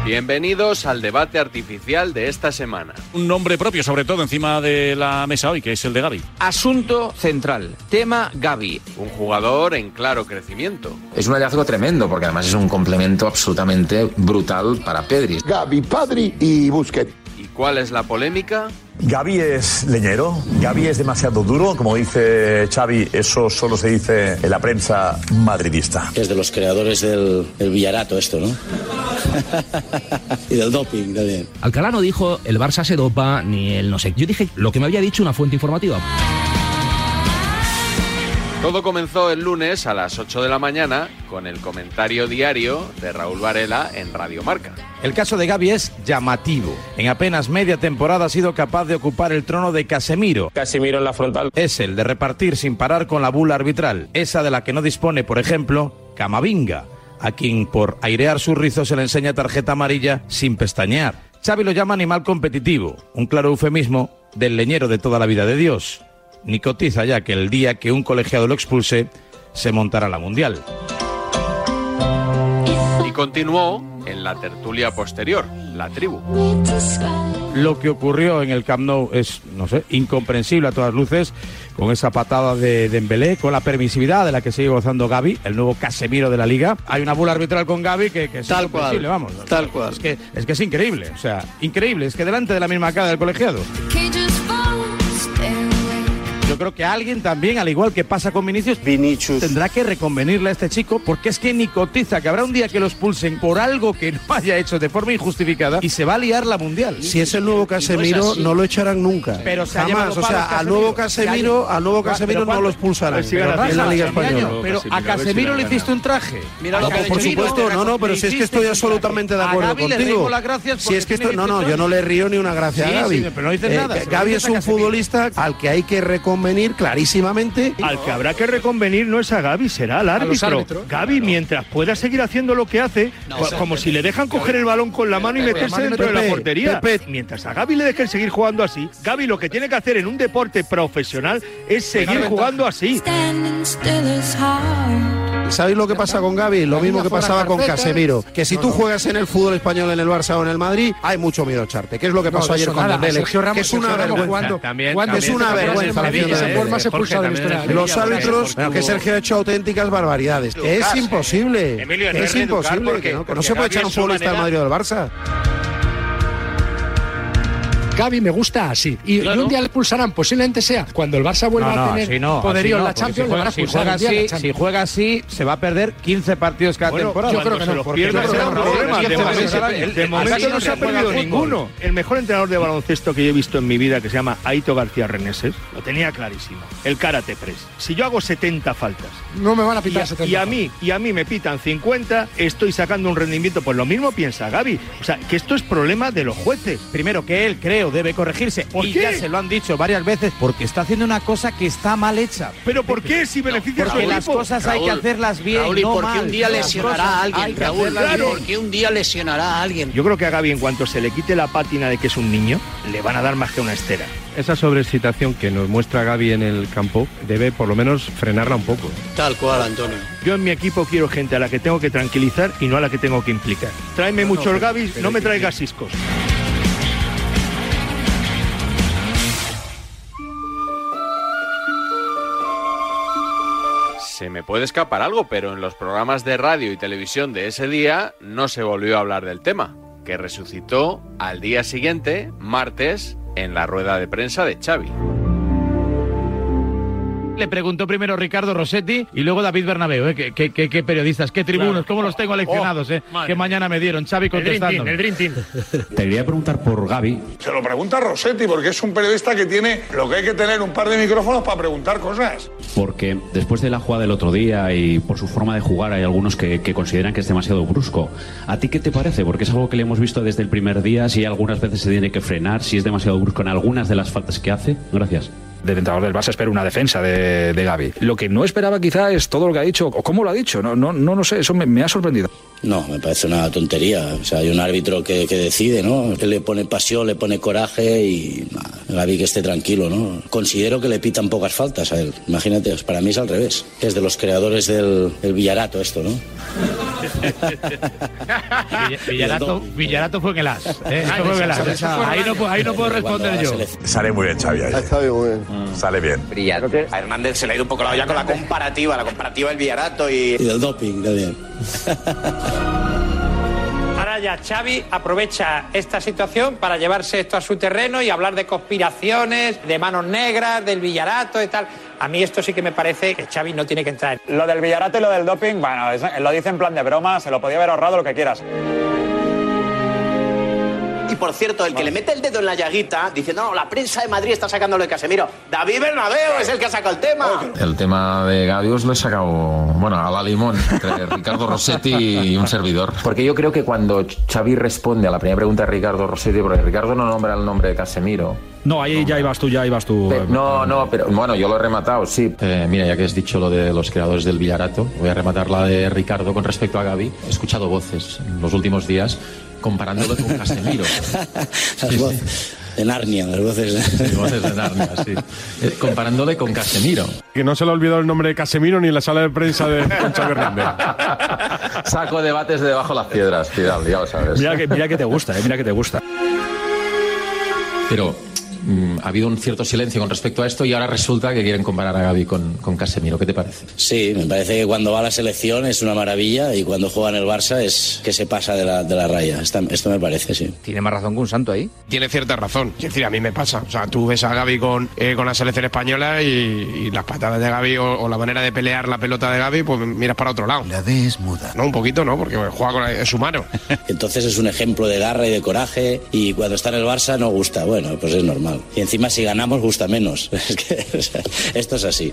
[SPEAKER 2] Bienvenidos al debate artificial de esta semana.
[SPEAKER 18] Un nombre propio, sobre todo, encima de la mesa hoy, que es el de Gaby.
[SPEAKER 2] Asunto central. Tema Gaby. Un jugador en claro crecimiento.
[SPEAKER 17] Es un hallazgo tremendo porque además es un complemento absolutamente brutal para Pedri. Gaby, Padri y Busquets.
[SPEAKER 2] ¿Y ¿Cuál es la polémica?
[SPEAKER 17] Gaby es leñero, Gaby es demasiado duro, como dice Xavi, eso solo se dice en la prensa madridista.
[SPEAKER 19] Es de los creadores del, del Villarato esto, ¿no? *laughs* y del doping también.
[SPEAKER 20] Alcalá no dijo el Barça se dopa ni el no sé. Yo dije lo que me había dicho una fuente informativa.
[SPEAKER 2] Todo comenzó el lunes a las 8 de la mañana con el comentario diario de Raúl Varela en Radio Marca.
[SPEAKER 21] El caso de Gaby es llamativo. En apenas media temporada ha sido capaz de ocupar el trono de Casemiro. Casemiro en la frontal. Es el de repartir sin parar con la bula arbitral, esa de la que no dispone, por ejemplo, Camavinga, a quien por airear sus rizos se le enseña tarjeta amarilla sin pestañear. Xavi lo llama animal competitivo, un claro eufemismo del leñero de toda la vida de Dios. Nicotiza ya que el día que un colegiado lo expulse, se montará la mundial.
[SPEAKER 2] Y continuó en la tertulia posterior, la tribu.
[SPEAKER 21] Lo que ocurrió en el Camp Nou es, no sé, incomprensible a todas luces, con esa patada de Dembélé, con la permisividad de la que sigue gozando Gaby, el nuevo Casemiro de la Liga. Hay una bula arbitral con Gaby que, que es
[SPEAKER 22] Tal
[SPEAKER 21] incomprensible,
[SPEAKER 22] cual,
[SPEAKER 21] vamos. Tal cual. Es que, es que es increíble, o sea, increíble, es que delante de la misma cara del colegiado. Yo creo que alguien también, al igual que pasa con Vinicius, tendrá que reconvenirle a este chico porque es que ni cotiza que habrá un día que lo expulsen por algo que no haya hecho de forma injustificada y se va a liar la mundial.
[SPEAKER 3] Si es el nuevo Casemiro, no lo echarán nunca.
[SPEAKER 21] Pero se ha
[SPEAKER 3] Jamás,
[SPEAKER 21] llevado
[SPEAKER 3] o sea,
[SPEAKER 21] palos
[SPEAKER 3] al nuevo
[SPEAKER 21] Casemiro.
[SPEAKER 3] Casemiro, al nuevo
[SPEAKER 21] Pero
[SPEAKER 3] Casemiro no
[SPEAKER 21] ¿cuánto?
[SPEAKER 3] lo expulsarán.
[SPEAKER 21] Pero,
[SPEAKER 3] Pero
[SPEAKER 21] Rafa,
[SPEAKER 3] en la Liga
[SPEAKER 21] Miguel
[SPEAKER 3] Española.
[SPEAKER 21] Año, Pero a Casemiro le hiciste un traje.
[SPEAKER 3] No, pues, por supuesto, no, no, pero si es que estoy absolutamente de acuerdo contigo. Si es que esto, no, no, yo no le río ni una gracia
[SPEAKER 21] Sí,
[SPEAKER 3] a Gaby.
[SPEAKER 21] sí, pero no dices nada, se lo
[SPEAKER 3] Gaby
[SPEAKER 21] dices
[SPEAKER 3] es
[SPEAKER 21] a
[SPEAKER 3] un futbolista al que hay que reconvenir clarísimamente.
[SPEAKER 7] Al que habrá que reconvenir no es a Gaby, será al
[SPEAKER 3] los
[SPEAKER 7] árbitro.
[SPEAKER 3] árbitros,
[SPEAKER 7] Gaby, mientras pueda seguir haciendo lo que hace, co-
[SPEAKER 3] exacto.
[SPEAKER 7] como si le dejan coger el balón con la mano y
[SPEAKER 3] Pepe,
[SPEAKER 7] meterse
[SPEAKER 3] Pepe,
[SPEAKER 7] dentro de la
[SPEAKER 3] Pepe,
[SPEAKER 7] portería.
[SPEAKER 3] Pepe.
[SPEAKER 7] Mientras a Gaby le dejen seguir jugando así, Gaby lo que tiene que hacer en un deporte profesional es seguir jugando así.
[SPEAKER 3] ¿Sabéis lo que pasa con Gaby? Lo mismo que
[SPEAKER 7] fuera
[SPEAKER 3] pasaba con
[SPEAKER 7] carpeta.
[SPEAKER 3] Casemiro. Que si tú juegas en el fútbol español, en el Barça o en el Madrid, hay mucho miedo a echarte. Que es lo que
[SPEAKER 23] No,
[SPEAKER 3] pasó
[SPEAKER 23] de
[SPEAKER 3] ayer
[SPEAKER 23] eso
[SPEAKER 3] con
[SPEAKER 23] nada.
[SPEAKER 3] Dembélé.
[SPEAKER 23] Sergio Ramos-
[SPEAKER 3] Que es una
[SPEAKER 23] Sergio Ramos
[SPEAKER 3] vergüenza.
[SPEAKER 23] jugando- También-
[SPEAKER 3] Que es
[SPEAKER 23] también-
[SPEAKER 3] una
[SPEAKER 23] también
[SPEAKER 3] vergüenza.
[SPEAKER 23] es Sevilla,
[SPEAKER 3] la acción
[SPEAKER 23] ¿eh? Jorge,
[SPEAKER 3] de Dembélé.
[SPEAKER 23] también es Sevilla,
[SPEAKER 3] Los
[SPEAKER 23] porque-
[SPEAKER 3] árbitros,
[SPEAKER 23] porque
[SPEAKER 3] que
[SPEAKER 23] hubo-
[SPEAKER 3] Sergio ha hecho auténticas barbaridades. Que es
[SPEAKER 23] Educarse.
[SPEAKER 3] imposible.
[SPEAKER 23] Emilio,
[SPEAKER 3] Que
[SPEAKER 23] no
[SPEAKER 3] es
[SPEAKER 23] es reeducar
[SPEAKER 3] imposible.
[SPEAKER 23] porque-
[SPEAKER 3] que no, que no
[SPEAKER 23] porque
[SPEAKER 3] se puede
[SPEAKER 23] Gavi
[SPEAKER 3] echar
[SPEAKER 23] es
[SPEAKER 3] un
[SPEAKER 23] su
[SPEAKER 3] futbolista al Madrid
[SPEAKER 23] manera-
[SPEAKER 3] o al Barça.
[SPEAKER 23] Gaby me gusta así. Y
[SPEAKER 21] Claro.
[SPEAKER 23] un día le pulsarán, posiblemente sea cuando el Barça vuelva
[SPEAKER 21] No, no,
[SPEAKER 23] a tener
[SPEAKER 21] así no,
[SPEAKER 23] poderío en
[SPEAKER 21] así no,
[SPEAKER 23] la
[SPEAKER 21] porque
[SPEAKER 23] Champions,
[SPEAKER 21] si
[SPEAKER 23] le van a
[SPEAKER 21] juega- si
[SPEAKER 23] pulsar
[SPEAKER 21] juega
[SPEAKER 23] un día en la
[SPEAKER 21] así,
[SPEAKER 23] Champions.
[SPEAKER 21] si juega así, se va a perder 15 partidos cada
[SPEAKER 7] Bueno,
[SPEAKER 21] temporada.
[SPEAKER 7] yo creo que no, porque no será un problema, de momento- de momento no se ha perdido ninguno. El mejor entrenador de baloncesto que yo he visto en mi vida, que se llama Aito García Reneses, lo tenía clarísimo. El karate press. Si yo hago 70 faltas
[SPEAKER 23] No me van a pitar
[SPEAKER 7] y a-
[SPEAKER 23] 70.
[SPEAKER 7] Y a mí, y a mí me pitan 50, estoy sacando un rendimiento. Pues lo mismo piensa Gaby. O sea, que esto es problema de los jueces.
[SPEAKER 21] Primero que él, creo, debe corregirse. y ya se lo han dicho varias veces porque está haciendo una cosa que está mal hecha.
[SPEAKER 7] ¿Pero por qué si beneficia
[SPEAKER 21] Porque
[SPEAKER 7] a su
[SPEAKER 21] las
[SPEAKER 7] equipo?
[SPEAKER 21] cosas hay que hacerlas bien,
[SPEAKER 22] Raúl, ¿y
[SPEAKER 21] no
[SPEAKER 22] por qué
[SPEAKER 21] mal.
[SPEAKER 22] un día
[SPEAKER 21] Las
[SPEAKER 22] lesionará
[SPEAKER 21] cosas
[SPEAKER 22] a
[SPEAKER 21] hay
[SPEAKER 22] alguien,
[SPEAKER 21] que
[SPEAKER 22] Raúl?
[SPEAKER 21] hacerlas bien.
[SPEAKER 22] ¿Por qué un día lesionará a alguien?
[SPEAKER 7] Yo creo que a Gaby, en cuanto se le quite la pátina de que es un niño, le van a dar más que una estera.
[SPEAKER 24] Esa sobreexcitación que nos muestra Gaby en el campo debe por lo menos frenarla un poco.
[SPEAKER 22] Tal cual, Antonio.
[SPEAKER 7] Yo en mi equipo quiero gente a la que tengo que tranquilizar y no a la que tengo que implicar. Tráeme
[SPEAKER 22] No, no,
[SPEAKER 7] muchos
[SPEAKER 22] pero-
[SPEAKER 7] Gavis,
[SPEAKER 22] pero
[SPEAKER 7] no me
[SPEAKER 22] que-
[SPEAKER 7] traigas ciscos.
[SPEAKER 2] Se me puede escapar algo, pero en los programas de radio y televisión de ese día no se volvió a hablar del tema, que resucitó al día siguiente, martes, en la rueda de prensa de Xavi.
[SPEAKER 21] Le preguntó primero Ricardo Rossetti y luego David Bernabeu. ¿eh? ¿Qué, qué- qué- qué periodistas, qué tribunos, cómo los tengo aleccionados. ¿eh? Que mañana me dieron Xavi contestando.
[SPEAKER 6] *laughs* Te quería preguntar por Gaby.
[SPEAKER 25] Se lo pregunta Rossetti porque es un periodista que tiene lo que hay que tener un par de micrófonos para preguntar cosas.
[SPEAKER 6] Porque después de la jugada del otro día y por su forma de jugar hay algunos que, que consideran que es demasiado brusco. ¿A ti qué te parece? Porque es algo que le hemos visto desde el primer día, si algunas veces se tiene que frenar, si es demasiado brusco en algunas de las faltas que hace. Gracias.
[SPEAKER 24] Del entrenador del Barça espero una defensa de, de Gaby. Lo que no esperaba quizá es todo lo que ha dicho o cómo lo ha dicho. No, no, no, no sé, eso me, me ha sorprendido.
[SPEAKER 19] No, me parece una tontería. O sea, hay un árbitro que, que decide, ¿no? Que le pone pasión, le pone coraje y nah, Gaby que esté tranquilo, ¿no? Considero que le pitan pocas faltas a él. Imagínate, para mí es al revés. Es de los creadores del, del Villarato esto, ¿no?
[SPEAKER 21] Villarato, Villarato fue en el as. ¿eh? Esto fue en el as. Ahí no, puedo- ahí no puedo responder yo.
[SPEAKER 17] Sale muy bien, Xavi. ayer. Sale bien.
[SPEAKER 22] Brillante. A Hernández se le ha ido un poco la olla con la comparativa, la comparativa del Villarato
[SPEAKER 19] Y del doping también.
[SPEAKER 22] Ahora
[SPEAKER 26] Vaya, Xavi aprovecha esta situación para llevarse esto a su terreno y hablar de conspiraciones, de manos negras, del Villarato y tal. A mí esto sí que me parece que Xavi no tiene que entrar.
[SPEAKER 27] Lo del Villarato y lo del doping, bueno, es- lo dice en plan de broma, se lo podía haber ahorrado lo que quieras.
[SPEAKER 19] Y por cierto, el que le mete el dedo en la llaguita diciendo, no, la prensa de Madrid está sacándolo de Casemiro. David Bernabeu es el que ha sacado el tema.
[SPEAKER 17] El tema de Gavios lo he sacado, bueno, a la limón, *laughs* entre Ricardo Rossetti y un servidor. Porque yo creo que cuando Xavi responde a la primera pregunta de Ricardo Rossetti, porque Ricardo no nombra el nombre de Casemiro.
[SPEAKER 7] No, ahí ya ibas tú, ya ibas tú.
[SPEAKER 17] Pe- No, no, pero bueno, yo lo he rematado, sí.
[SPEAKER 28] Eh, mira, ya que has dicho lo de los creadores del Villarato, voy a rematar la de Ricardo con respecto a Gaby. He escuchado voces en los últimos días comparándolo
[SPEAKER 17] *laughs*
[SPEAKER 28] con Casemiro.
[SPEAKER 29] Las voces de Narnia, las voces
[SPEAKER 17] *laughs*
[SPEAKER 29] de,
[SPEAKER 28] voces de Narnia, sí. Eh, Comparándole con Casemiro.
[SPEAKER 1] Que no se le ha olvidado el nombre de Casemiro ni en la sala de prensa *laughs* de Concha Hernández.
[SPEAKER 17] Saco debates de debajo las piedras, Fidal, ya lo sabes.
[SPEAKER 7] Mira que, mira que te gusta, eh, mira que te gusta.
[SPEAKER 28] Pero mm, ha habido un cierto silencio con respecto a esto y ahora resulta que quieren comparar a Gaby con, con Casemiro. ¿Qué te parece?
[SPEAKER 29] Sí,
[SPEAKER 19] Me parece que cuando va a la selección es una maravilla y cuando juega en el Barça es que se pasa de la, de la raya. Esta- esto me parece, sí.
[SPEAKER 3] Tiene más razón que un santo ahí. Tiene cierta razón. Es decir, a mí me pasa. O sea, tú ves a Gaby con, eh, con la selección española y, y las patadas de Gaby o, o la manera de pelear la pelota de Gaby, pues miras para otro lado. La D es muda. No, un poquito no, porque juega con la- es su mano.
[SPEAKER 19] *laughs* Entonces es un ejemplo de garra y de coraje y cuando está en el Barça no gusta. Bueno, pues es normal. Y encima si ganamos gusta menos. *laughs* Es que o sea, esto es así.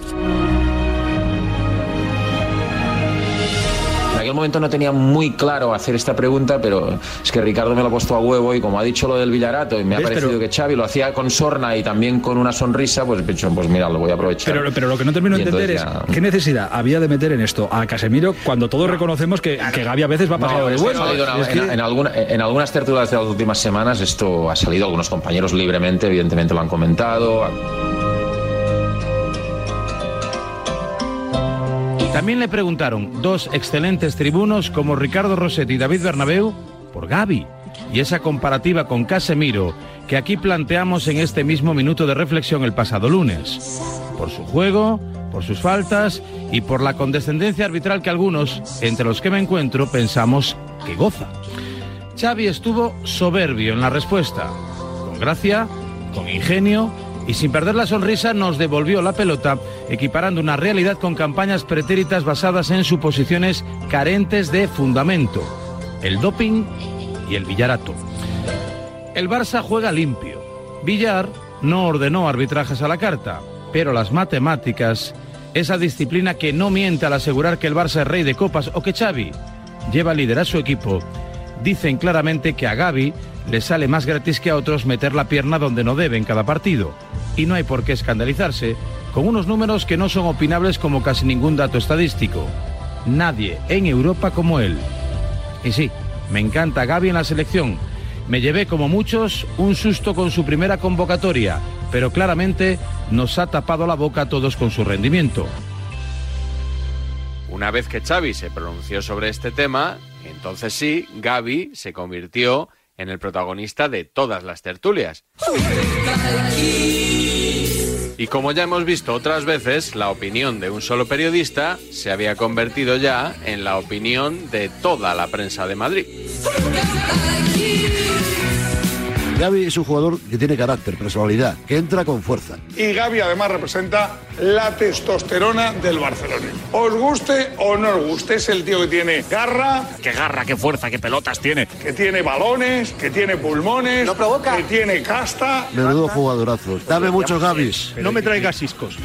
[SPEAKER 17] En aquel momento no tenía muy claro hacer esta pregunta, pero es que Ricardo me lo ha puesto a huevo y como ha dicho lo del Villarato y me ha
[SPEAKER 7] ¿Ves?
[SPEAKER 17] parecido que Xavi lo hacía con sorna y también con una sonrisa, pues he dicho, pues mira, lo voy a aprovechar.
[SPEAKER 7] Pero, pero lo que no termino de
[SPEAKER 17] Y entonces
[SPEAKER 7] entender es
[SPEAKER 17] ya-
[SPEAKER 7] qué necesidad había de meter en esto a Casemiro cuando todos reconocemos que, que Gaby a veces va
[SPEAKER 17] No,
[SPEAKER 7] pasado de
[SPEAKER 17] esto ha
[SPEAKER 7] bueno.
[SPEAKER 17] salido en,
[SPEAKER 7] Es
[SPEAKER 17] en-
[SPEAKER 7] que-
[SPEAKER 17] en alguna- en algunas tertulias de las últimas semanas esto ha salido, algunos compañeros libremente evidentemente lo han comentado.
[SPEAKER 21] También le preguntaron dos excelentes tribunos como Ricardo Rossetti y David Bernabeu por Gaby y esa comparativa con Casemiro que aquí planteamos en este mismo minuto de reflexión el pasado lunes. Por su juego, por sus faltas y por la condescendencia arbitral que algunos, entre los que me encuentro, pensamos que goza. Xavi estuvo soberbio en la respuesta. Con gracia, con ingenio y sin perder la sonrisa nos devolvió la pelota, equiparando una realidad con campañas pretéritas basadas en suposiciones carentes de fundamento. El doping y el villarato. El Barça juega limpio. Villar no ordenó arbitrajes a la carta, pero las matemáticas, esa disciplina que no miente al asegurar que el Barça es rey de copas o que Xavi lleva a liderar su equipo, dicen claramente que a Gaby le sale más gratis que a otros meter la pierna donde no debe en cada partido. Y no hay por qué escandalizarse con unos números que no son opinables como casi ningún dato estadístico. Nadie en Europa como él. Y sí, me encanta Gaby en la selección. Me llevé como muchos un susto con su primera convocatoria, pero claramente nos ha tapado la boca a todos con su rendimiento.
[SPEAKER 2] Una vez que Xavi se pronunció sobre este tema, entonces sí, Gaby se convirtió en el protagonista de todas las tertulias. Y como ya hemos visto otras veces, la opinión de un solo periodista se había convertido ya en la opinión de toda la prensa de Madrid.
[SPEAKER 30] Gaby es un jugador que tiene carácter, personalidad, que entra con fuerza.
[SPEAKER 25] Y Gaby además representa la testosterona del Barcelona. Os guste o no os guste, es el tío que tiene garra,
[SPEAKER 31] Qué garra, qué fuerza, qué pelotas tiene.
[SPEAKER 25] que tiene balones, que tiene pulmones, que tiene casta.
[SPEAKER 30] Menudo jugadorazo. Dame muchos Gavis.
[SPEAKER 32] No me traigas ciscos.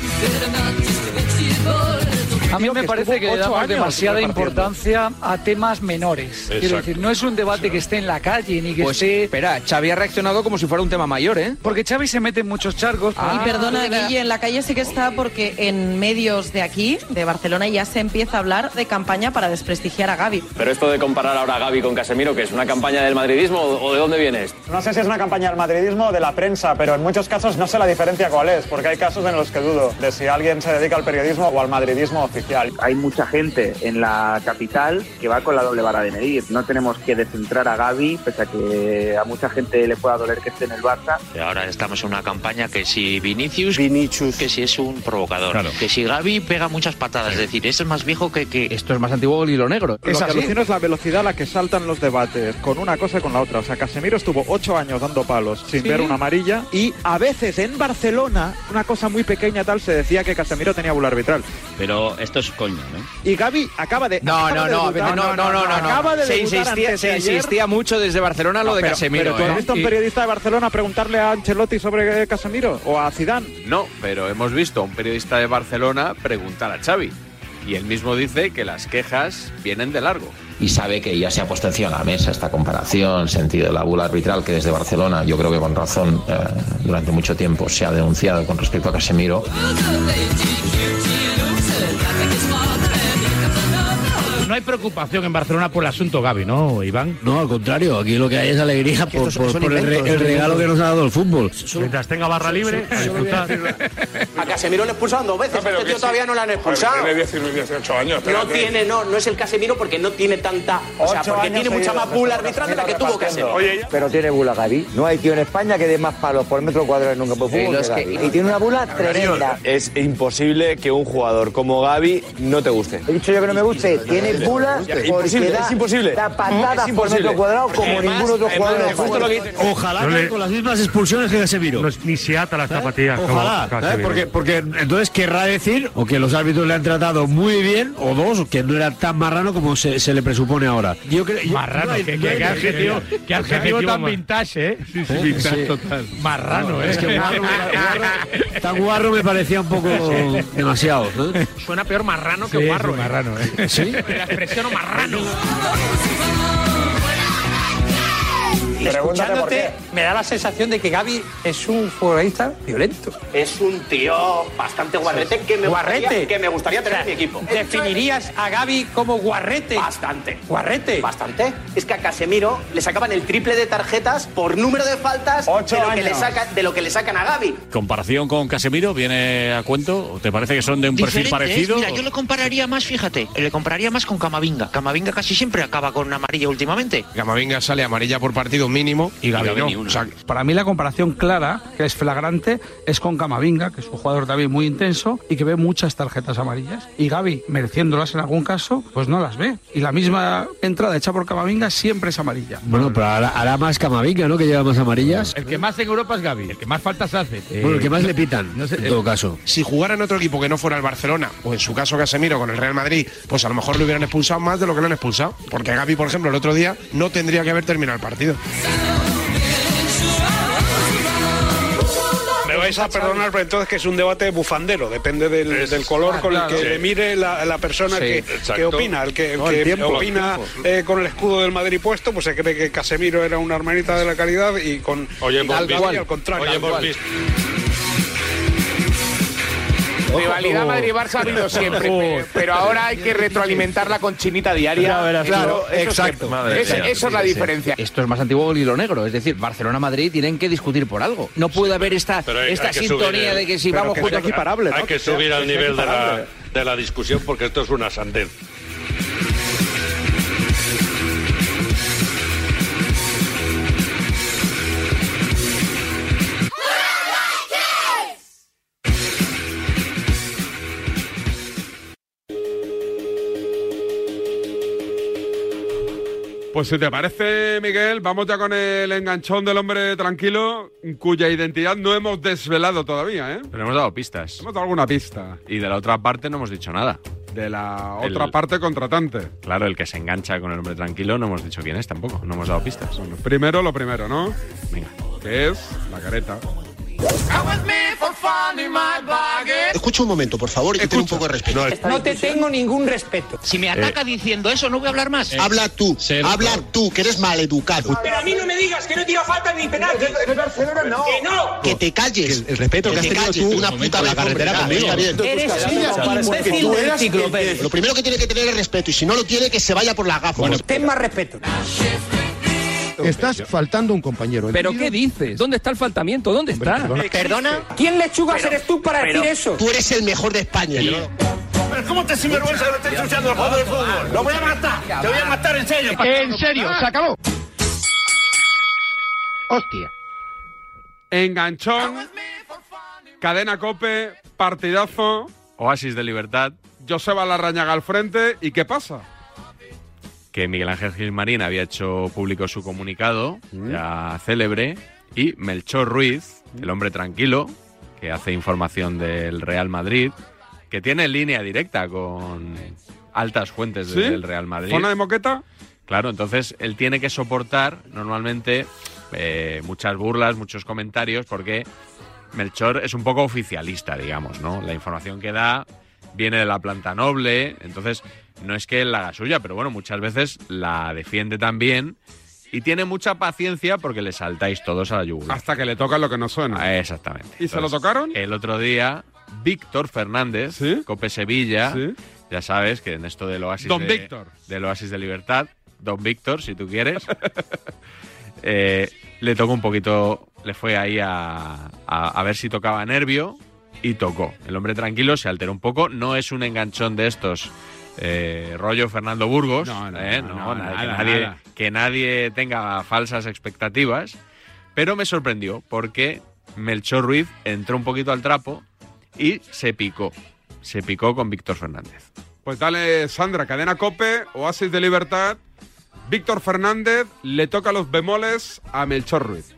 [SPEAKER 6] A mí me
[SPEAKER 32] que
[SPEAKER 6] parece
[SPEAKER 32] estuvo
[SPEAKER 6] que le
[SPEAKER 32] ocho
[SPEAKER 6] damos
[SPEAKER 32] años
[SPEAKER 6] demasiada
[SPEAKER 32] repartiendo.
[SPEAKER 6] importancia a temas menores. Quiero
[SPEAKER 3] Exacto.
[SPEAKER 6] decir, no es un debate que esté en la calle ni que
[SPEAKER 3] Pues
[SPEAKER 6] esté.
[SPEAKER 3] espera, Xavi ha reaccionado como si fuera un tema mayor, ¿eh?
[SPEAKER 6] Porque Xavi se mete en muchos charcos.
[SPEAKER 3] Ah,
[SPEAKER 6] Ah,
[SPEAKER 13] Y perdona, Guille, en la calle sí que está porque en medios de aquí, de Barcelona, ya se empieza a hablar de campaña para desprestigiar a Gaby.
[SPEAKER 17] Pero esto de comparar ahora a Gaby con Casemiro, que es una campaña del madridismo o de dónde viene esto?
[SPEAKER 27] No sé si es una campaña del madridismo o de la prensa, pero en muchos casos no sé la diferencia cuál es, porque hay casos en los que dudo de si alguien se dedica al periodismo o al madridismo oficial.
[SPEAKER 33] artificial.
[SPEAKER 11] Hay mucha gente en la capital que va con la doble vara de medir. No tenemos que descentrar a Gaby, pese a que a mucha gente le pueda doler que esté en el Barça.
[SPEAKER 34] Ahora estamos en una campaña que si Vinicius, que si es un provocador, que si Gaby pega muchas patadas, es decir, este es más viejo que, que... Esto es más antiguo hilo negro. Lo que alucino es la velocidad a la que saltan los debates, con una cosa y con la otra. O sea, Casemiro estuvo ocho años dando palos sin
[SPEAKER 3] Sí.
[SPEAKER 34] ver una
[SPEAKER 3] amarilla
[SPEAKER 34] y
[SPEAKER 3] A veces en Barcelona, una cosa muy pequeña tal, se decía que Casemiro tenía bula arbitral.
[SPEAKER 34] Pero esto es coño, ¿no?
[SPEAKER 3] Y Gaby acaba de.
[SPEAKER 35] No,
[SPEAKER 3] acaba
[SPEAKER 35] no,
[SPEAKER 3] de
[SPEAKER 35] no, a ver,
[SPEAKER 3] debutar-
[SPEAKER 35] no, no, no, no, no.
[SPEAKER 3] Acaba de
[SPEAKER 35] Se
[SPEAKER 3] debutar
[SPEAKER 35] insistía,
[SPEAKER 3] antes de
[SPEAKER 35] se
[SPEAKER 3] ayer.
[SPEAKER 35] insistía mucho desde Barcelona lo de
[SPEAKER 34] pero-
[SPEAKER 35] Casemiro.
[SPEAKER 34] pero tú
[SPEAKER 35] ¿eh?
[SPEAKER 34] has
[SPEAKER 3] ¿Viste a un
[SPEAKER 35] Y-
[SPEAKER 3] periodista de Barcelona preguntarle a Ancelotti sobre eh, Casemiro o a Zidane?
[SPEAKER 2] No, pero hemos visto a un periodista de Barcelona preguntar a Xavi. Y él mismo dice que las quejas vienen de largo.
[SPEAKER 17] y sabe que ya se ha puesto encima de la mesa esta comparación, sentido de la bula arbitral que desde Barcelona, yo creo que con razón, eh, durante mucho tiempo se ha denunciado con respecto a Casemiro.
[SPEAKER 30] No hay preocupación en Barcelona por el asunto Gaby, ¿no, Iván?
[SPEAKER 19] No, al contrario, aquí lo que hay es alegría
[SPEAKER 30] Que
[SPEAKER 19] por,
[SPEAKER 30] estos son-
[SPEAKER 19] por-
[SPEAKER 30] son
[SPEAKER 19] por el, re-
[SPEAKER 30] inventos,
[SPEAKER 19] el
[SPEAKER 30] son
[SPEAKER 19] regalo que
[SPEAKER 30] inventos.
[SPEAKER 19] nos ha dado el fútbol.
[SPEAKER 30] Mientras tenga barra libre, a disfrutar.
[SPEAKER 3] A Casemiro le expulsaron dos veces.
[SPEAKER 25] Pero
[SPEAKER 3] este
[SPEAKER 25] que
[SPEAKER 3] tío
[SPEAKER 25] sí.
[SPEAKER 3] todavía no lo han expulsado.
[SPEAKER 25] Joder, Tiene 18 años.
[SPEAKER 3] No
[SPEAKER 25] espérate.
[SPEAKER 3] tiene, no, no es el Casemiro porque no tiene tanta. O sea,
[SPEAKER 25] Ocho
[SPEAKER 3] porque
[SPEAKER 25] años
[SPEAKER 3] tiene mucha
[SPEAKER 25] seguidos,
[SPEAKER 3] más bula
[SPEAKER 25] Casemiro
[SPEAKER 3] arbitral de la que tuvo Casemiro.
[SPEAKER 25] repartiendo. Oye,
[SPEAKER 36] Pero tiene bula Gaby. No hay tío en España que dé más palos por metro cuadrado en un campo de
[SPEAKER 21] Sí,
[SPEAKER 36] fútbol
[SPEAKER 21] los
[SPEAKER 36] que
[SPEAKER 21] que-
[SPEAKER 36] Gavi. Y tiene una bula tremenda.
[SPEAKER 21] Es imposible que un jugador como Gaby no te guste.
[SPEAKER 36] He dicho yo que no me guste. Tiene bula
[SPEAKER 21] Ya,
[SPEAKER 36] porque
[SPEAKER 21] imposible,
[SPEAKER 36] da,
[SPEAKER 21] es imposible.
[SPEAKER 36] da patadas
[SPEAKER 21] Es
[SPEAKER 36] por
[SPEAKER 21] imposible.
[SPEAKER 36] metro cuadrado como
[SPEAKER 21] Además,
[SPEAKER 36] ningún otro
[SPEAKER 21] además,
[SPEAKER 36] jugador.
[SPEAKER 21] es justo lo que dice-
[SPEAKER 19] Ojalá No le- con las mismas expulsiones que Casemiro.
[SPEAKER 30] ni se ata
[SPEAKER 21] ¿Eh?
[SPEAKER 30] las zapatillas.
[SPEAKER 19] Ojalá,
[SPEAKER 30] como
[SPEAKER 19] ¿sabes?
[SPEAKER 30] Casemiro.
[SPEAKER 19] Porque, porque entonces querrá decir o que los árbitros le han tratado muy bien o dos, o que no era tan marrano como se, se le presupone ahora. Yo creo, yo- no hay- no hay-
[SPEAKER 21] qué adjetivo tan vintage, ¿eh? Sí,
[SPEAKER 19] sí, vintage total.
[SPEAKER 21] Marrano,
[SPEAKER 19] No,
[SPEAKER 21] ¿eh?
[SPEAKER 19] es que guarro, Tan guarro me parecía un poco demasiado. ¿eh?
[SPEAKER 21] Suena peor marrano
[SPEAKER 19] que Sí, guarro, sí, ¿eh?
[SPEAKER 21] marrano, *laughs*
[SPEAKER 19] ¿eh? Sí.
[SPEAKER 21] La expresión marrano.
[SPEAKER 33] Pregúntate por
[SPEAKER 37] Escuchándote, me da la sensación de que Gaby es un futbolista violento.
[SPEAKER 3] Es un tío bastante guarrete que me
[SPEAKER 37] Guarrete.
[SPEAKER 3] gustaría, que me gustaría tener
[SPEAKER 37] O sea,
[SPEAKER 3] en mi equipo.
[SPEAKER 37] ¿Definirías
[SPEAKER 3] a Gaby como guarrete? Bastante. ¿Guarrete? Bastante. Es que a Casemiro le sacaban el triple de tarjetas por número de faltas de lo, que
[SPEAKER 38] años.
[SPEAKER 3] le sacan, de lo que le sacan a Gaby.
[SPEAKER 38] ¿Comparación con Casemiro viene a cuento? ¿O ¿Te parece que son de un perfil
[SPEAKER 34] Diferentes.
[SPEAKER 38] parecido?
[SPEAKER 34] Mira, yo le compararía más, fíjate, le compararía más con Camavinga. Camavinga casi siempre acaba con una amarilla últimamente.
[SPEAKER 39] Camavinga sale amarilla por partido mínimo y Gaby
[SPEAKER 34] Gavi
[SPEAKER 39] no.
[SPEAKER 34] ni una.
[SPEAKER 39] O sea,
[SPEAKER 21] Para mí la comparación clara, que es flagrante, es con Camavinga, que es un jugador también muy intenso y que ve muchas tarjetas amarillas. Y Gaby, mereciéndolas en algún caso, pues no las ve. Y la misma entrada hecha por Camavinga siempre es amarilla.
[SPEAKER 19] Bueno, pero hará, hará más Camavinga, ¿no? Que lleva más amarillas.
[SPEAKER 21] El que más en Europa es Gaby, el que más faltas hace.
[SPEAKER 39] Eh,
[SPEAKER 19] Bueno, el que más le pitan, en todo caso.
[SPEAKER 39] Si jugara en otro equipo que no fuera el Barcelona, o en su caso Casemiro con el Real Madrid, pues a lo mejor lo hubieran expulsado más de lo que lo han expulsado. Porque Gaby, por ejemplo, el otro día no tendría que haber terminado el partido.
[SPEAKER 25] Me vais a perdonar, pero entonces que es un debate bufandero, depende del, del color con el que
[SPEAKER 40] Ah, claro.
[SPEAKER 25] le mire la, la persona
[SPEAKER 40] Sí,
[SPEAKER 25] que,
[SPEAKER 40] exacto.
[SPEAKER 25] que opina. El que, el
[SPEAKER 40] No, el
[SPEAKER 25] que
[SPEAKER 40] tiempo, el
[SPEAKER 25] opina
[SPEAKER 40] tiempo.
[SPEAKER 25] eh, con el escudo del Madrid puesto, pues se cree que Casemiro era una hermanita de la calidad y con
[SPEAKER 40] Oye,
[SPEAKER 25] y
[SPEAKER 40] Bob
[SPEAKER 25] al, Gavi,
[SPEAKER 40] Bisbal.
[SPEAKER 25] al contrario.
[SPEAKER 40] Oye, Bob Bisbal.
[SPEAKER 21] Rivalidad Madrid-Barça ha habido *laughs* siempre, pero, pero ahora hay que retroalimentarla con chinita Ya diaria. verás tú. Claro, eso Exacto. siempre. Madre Esa- mía. esa es la Sí, sí. diferencia.
[SPEAKER 35] Esto es más antiguo que el hilo negro, es decir, Barcelona-Madrid tienen que discutir por algo. No puede haber esta,
[SPEAKER 40] Pero hay-
[SPEAKER 35] esta
[SPEAKER 40] hay que subir
[SPEAKER 35] sintonía
[SPEAKER 40] el-
[SPEAKER 35] de que si vamos
[SPEAKER 40] Pero que
[SPEAKER 35] juntos...
[SPEAKER 40] sea- Hay que subir al nivel de la, de la discusión porque esto es una sandez.
[SPEAKER 1] Pues si te parece, Miguel, vamos ya con el enganchón del hombre tranquilo, cuya identidad no hemos desvelado todavía, ¿eh?
[SPEAKER 2] Pero hemos dado pistas.
[SPEAKER 1] Hemos dado alguna pista.
[SPEAKER 2] Y de la otra parte no hemos dicho nada.
[SPEAKER 1] De la
[SPEAKER 2] El-
[SPEAKER 1] otra parte contratante.
[SPEAKER 2] Claro, el que se engancha con el hombre tranquilo no hemos dicho quién es tampoco. No hemos dado pistas.
[SPEAKER 1] Primero lo primero, ¿no?
[SPEAKER 2] Venga.
[SPEAKER 1] Que pues, es la careta.
[SPEAKER 7] Escucha un momento, por favor, y ten un poco de respeto.
[SPEAKER 37] No te tengo ningún respeto.
[SPEAKER 7] Si
[SPEAKER 35] Eh.
[SPEAKER 37] me
[SPEAKER 7] ataca
[SPEAKER 37] diciendo eso, no voy a hablar
[SPEAKER 40] Eh,
[SPEAKER 37] más.
[SPEAKER 7] Habla tú, habla tú, que eres maleducado.
[SPEAKER 37] Pero a mí no me digas que no tira falta ni penalti. Barcelona no. Que no.
[SPEAKER 7] Que te calles. el respeto que has tenido tú, una puta en la carretera conmigo. Eres un imbécil de enciclopedia. Lo primero que tiene que tener es respeto, y si no lo tiene, que se vaya por las gafas. ten más respeto.
[SPEAKER 1] Estás faltando a un compañero.
[SPEAKER 7] ¿Pero qué dices? ¿Dónde está el faltamiento? ¿Dónde está? ¿Perdona? ¿Quién lechuga Pero- eres tú para pero decir eso? Tú eres el mejor de España. Pero ¿cómo te sinvergüenza que lo estés ensuciando el juego de fútbol? Lo voy a matar. Te voy a matar en serio. En serio, se acabó.
[SPEAKER 1] Hostia. Enganchón. Cadena Cope. Partidazo.
[SPEAKER 2] Oasis de Libertad.
[SPEAKER 1] Joseba Larrañaga al frente. ¿Y qué pasa?
[SPEAKER 2] que Miguel Ángel Gilmarín había hecho público su comunicado,
[SPEAKER 1] Mm.
[SPEAKER 2] ya célebre, y Melchor Ruiz, el hombre tranquilo, que hace información del Real Madrid, que tiene línea directa con altas fuentes
[SPEAKER 1] ¿Sí?
[SPEAKER 2] del Real Madrid.
[SPEAKER 1] ¿Zona de moqueta?
[SPEAKER 2] Claro, entonces él tiene que soportar normalmente eh, muchas burlas, muchos comentarios, porque Melchor es un poco oficialista, digamos, ¿no? La información que da viene de la planta noble, entonces no es que él la haga suya, pero bueno, muchas veces la defiende también y tiene mucha paciencia porque le saltáis todos a la yugular. Ah,
[SPEAKER 1] Hasta que le toca lo que no suena.
[SPEAKER 2] Exactamente.
[SPEAKER 1] ¿Y se lo
[SPEAKER 2] Entonces,
[SPEAKER 1] tocaron?
[SPEAKER 2] El otro día, Víctor Fernández, Cope Sevilla, ya sabes que en esto del oasis,
[SPEAKER 1] Don
[SPEAKER 2] de,
[SPEAKER 1] Víctor.
[SPEAKER 2] del oasis de libertad, Don Víctor, si tú *laughs* quieres, eh, le tocó un poquito, le fue ahí a, a- a ver si tocaba nervio y tocó. El hombre tranquilo se alteró un poco, no es un enganchón de estos. eh, rollo Fernando Burgos, ¿eh? No, nada, que
[SPEAKER 6] nada,
[SPEAKER 2] nadie-
[SPEAKER 6] nada.
[SPEAKER 2] que nadie tenga falsas expectativas, pero me sorprendió porque Melchor Ruiz entró un poquito al trapo y se picó. Se picó con Víctor Fernández.
[SPEAKER 1] Pues dale, Sandra, cadena cope, oasis de libertad. Víctor Fernández le toca los bemoles a Melchor Ruiz.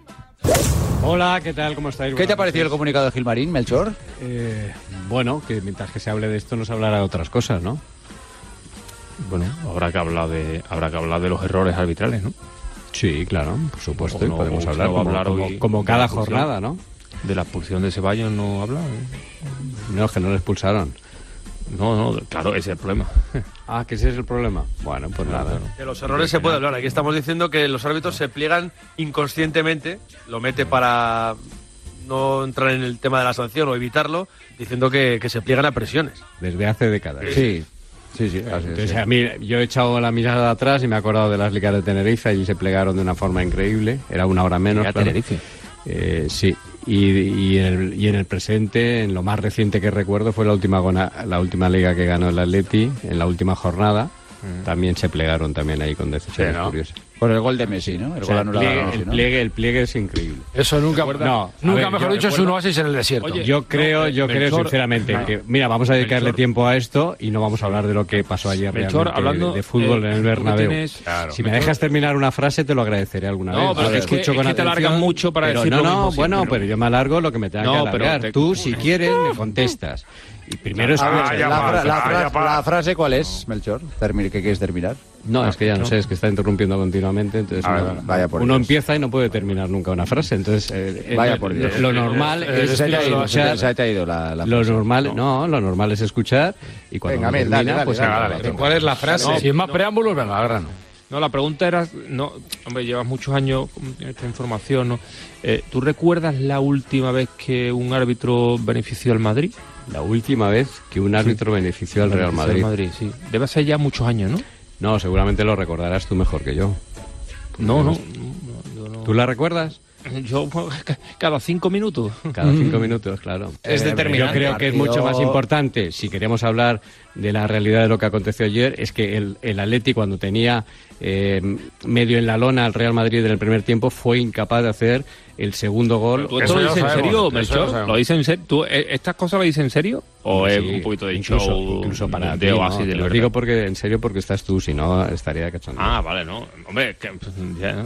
[SPEAKER 6] Hola, ¿qué tal? ¿Cómo estáis?
[SPEAKER 41] ¿Qué te ha parecido el
[SPEAKER 6] Buenas
[SPEAKER 41] comunicado de Gilmarín, Melchor?
[SPEAKER 6] Eh, bueno, que mientras que se hable de esto no se hablará de otras cosas, ¿no? *laughs* Bueno, habrá que hablar de, habrá que hablar de los errores arbitrales, ¿no? Sí, claro, por supuesto,
[SPEAKER 10] y podemos hablar
[SPEAKER 6] como,
[SPEAKER 10] como-
[SPEAKER 6] como-
[SPEAKER 10] hoy
[SPEAKER 6] como
[SPEAKER 10] de
[SPEAKER 6] cada
[SPEAKER 10] la expulsión.
[SPEAKER 6] jornada, ¿no?
[SPEAKER 10] De la expulsión de Ceballos no habla. ¿eh?
[SPEAKER 6] No, es que no le expulsaron.
[SPEAKER 10] No, no, claro, ese es el problema.
[SPEAKER 6] Ah, que ese es el problema. Bueno, pues nada.
[SPEAKER 10] De
[SPEAKER 3] los errores se puede hablar. Aquí estamos diciendo que los árbitros se pliegan inconscientemente, lo mete para no entrar en el tema de la sanción o evitarlo, diciendo que, que se pliegan a presiones.
[SPEAKER 6] Desde hace décadas. Sí, sí, sí. Entonces,
[SPEAKER 3] sí.
[SPEAKER 6] a mí, yo he echado la mirada atrás y me he acordado de las ligas de Tenerife. Allí se plegaron de una forma increíble. Era una hora menos.
[SPEAKER 10] Liga
[SPEAKER 6] claro.
[SPEAKER 10] Tenerife.
[SPEAKER 6] Eh, sí. Y, y en el, y en el presente, en lo más reciente que recuerdo, fue la última, gona- la última liga que ganó el Atleti, en la última jornada. También se plegaron también ahí con decisiones
[SPEAKER 10] Sí, ¿no?
[SPEAKER 6] curiosas.
[SPEAKER 10] Por el gol de Messi, ¿no?
[SPEAKER 6] O sea, el, pliegue, el, pliegue, el pliegue es increíble.
[SPEAKER 10] Eso nunca.
[SPEAKER 6] No, a
[SPEAKER 10] nunca,
[SPEAKER 6] ver,
[SPEAKER 10] mejor
[SPEAKER 6] yo
[SPEAKER 10] dicho, es un
[SPEAKER 6] recuerdo-
[SPEAKER 10] oasis en el desierto.
[SPEAKER 6] yo creo, yo creo
[SPEAKER 10] eh, Melchor-
[SPEAKER 6] sinceramente
[SPEAKER 10] no.
[SPEAKER 6] que mira, vamos a dedicarle
[SPEAKER 10] Melchor-
[SPEAKER 6] tiempo a esto y no vamos a hablar de lo que pasó ayer
[SPEAKER 10] Melchor,
[SPEAKER 6] realmente,
[SPEAKER 10] hablando,
[SPEAKER 6] de, de fútbol
[SPEAKER 10] eh,
[SPEAKER 6] en el
[SPEAKER 10] tú que
[SPEAKER 6] Bernabéu.
[SPEAKER 10] tienes- Claro.
[SPEAKER 6] Si me
[SPEAKER 10] Melchor-
[SPEAKER 6] dejas terminar una frase te lo agradeceré alguna
[SPEAKER 10] No,
[SPEAKER 6] vez.
[SPEAKER 10] pero
[SPEAKER 6] porque
[SPEAKER 10] es que-
[SPEAKER 6] escucho
[SPEAKER 10] es
[SPEAKER 6] con
[SPEAKER 10] que te
[SPEAKER 6] atención,
[SPEAKER 10] alargas mucho para
[SPEAKER 6] pero
[SPEAKER 10] decir
[SPEAKER 6] no,
[SPEAKER 10] lo
[SPEAKER 6] no,
[SPEAKER 10] mismo
[SPEAKER 6] bueno,
[SPEAKER 10] siempre, ¿no?
[SPEAKER 6] pero yo me alargo lo que me tenga
[SPEAKER 10] No,
[SPEAKER 6] que
[SPEAKER 10] pero
[SPEAKER 6] alargar.
[SPEAKER 10] te-
[SPEAKER 6] Tú si quieres me contestas. Y primero escucha.
[SPEAKER 10] Ah, ya va,
[SPEAKER 6] fra-
[SPEAKER 10] ah,
[SPEAKER 6] fra-
[SPEAKER 10] ya va.
[SPEAKER 6] la
[SPEAKER 10] frase cuál es,
[SPEAKER 6] Melchor?
[SPEAKER 10] Termine, ¿Qué quieres terminar?
[SPEAKER 6] No, es que ya no
[SPEAKER 10] ¿no?
[SPEAKER 6] sé, es que está interrumpiendo continuamente. Entonces,
[SPEAKER 10] Ah,
[SPEAKER 6] no-
[SPEAKER 10] vaya por
[SPEAKER 6] uno
[SPEAKER 10] Dios.
[SPEAKER 6] empieza y no puede terminar nunca una frase. Entonces, eh, eh,
[SPEAKER 10] Vaya
[SPEAKER 6] lo-
[SPEAKER 10] por Dios.
[SPEAKER 6] lo normal
[SPEAKER 10] Eh,
[SPEAKER 6] es
[SPEAKER 10] se te ha ido, se te-
[SPEAKER 6] escuchar.
[SPEAKER 10] se te ha ido
[SPEAKER 6] la, lo normal, no. lo normal es escuchar y cuando
[SPEAKER 10] Venga,
[SPEAKER 6] uno
[SPEAKER 10] Mel, dale,
[SPEAKER 6] termina,
[SPEAKER 10] dale,
[SPEAKER 6] pues
[SPEAKER 10] dale,
[SPEAKER 6] acaba.
[SPEAKER 10] dale. Pero ¿cuál es la frase?
[SPEAKER 6] No,
[SPEAKER 10] Si es más
[SPEAKER 6] preámbulos, venga, al grano.
[SPEAKER 10] No, la pregunta era, no, hombre, llevas muchos años con esta información, ¿no? Eh, ¿Tú recuerdas la última vez que un árbitro benefició al Madrid?
[SPEAKER 6] La última vez que un árbitro benefició al Real Madrid.
[SPEAKER 10] Benefició al sí. Debe ser ya muchos años, ¿no?
[SPEAKER 6] No, seguramente lo recordarás tú mejor que yo.
[SPEAKER 10] No, no.
[SPEAKER 6] ¿Tú la recuerdas?
[SPEAKER 10] Yo pues, *laughs* ca- cada cinco minutos. *laughs*
[SPEAKER 6] Cada cinco minutos, claro. Eh, Yo creo que es mucho más importante, si queremos hablar de la realidad de lo que aconteció ayer, es que el, el Atleti cuando tenía eh, medio en la lona al Real Madrid en el primer tiempo fue incapaz de hacer el segundo gol.
[SPEAKER 10] ¿Tú esto lo dices en serio, Melchor? ¿Lo dices en serio? ¿Tú, eh, ¿Estas cosas lo dices en serio? ¿O es un poquito de
[SPEAKER 6] incluso,
[SPEAKER 10] show
[SPEAKER 6] incluso para
[SPEAKER 10] de
[SPEAKER 6] ti,
[SPEAKER 10] oasis
[SPEAKER 6] ¿no?
[SPEAKER 10] de
[SPEAKER 6] Te lo
[SPEAKER 10] libertad?
[SPEAKER 6] digo porque en serio porque estás tú, si no estaría cachondeo.
[SPEAKER 10] Ah, vale, no. Hombre, que, pues, ya, ¿no?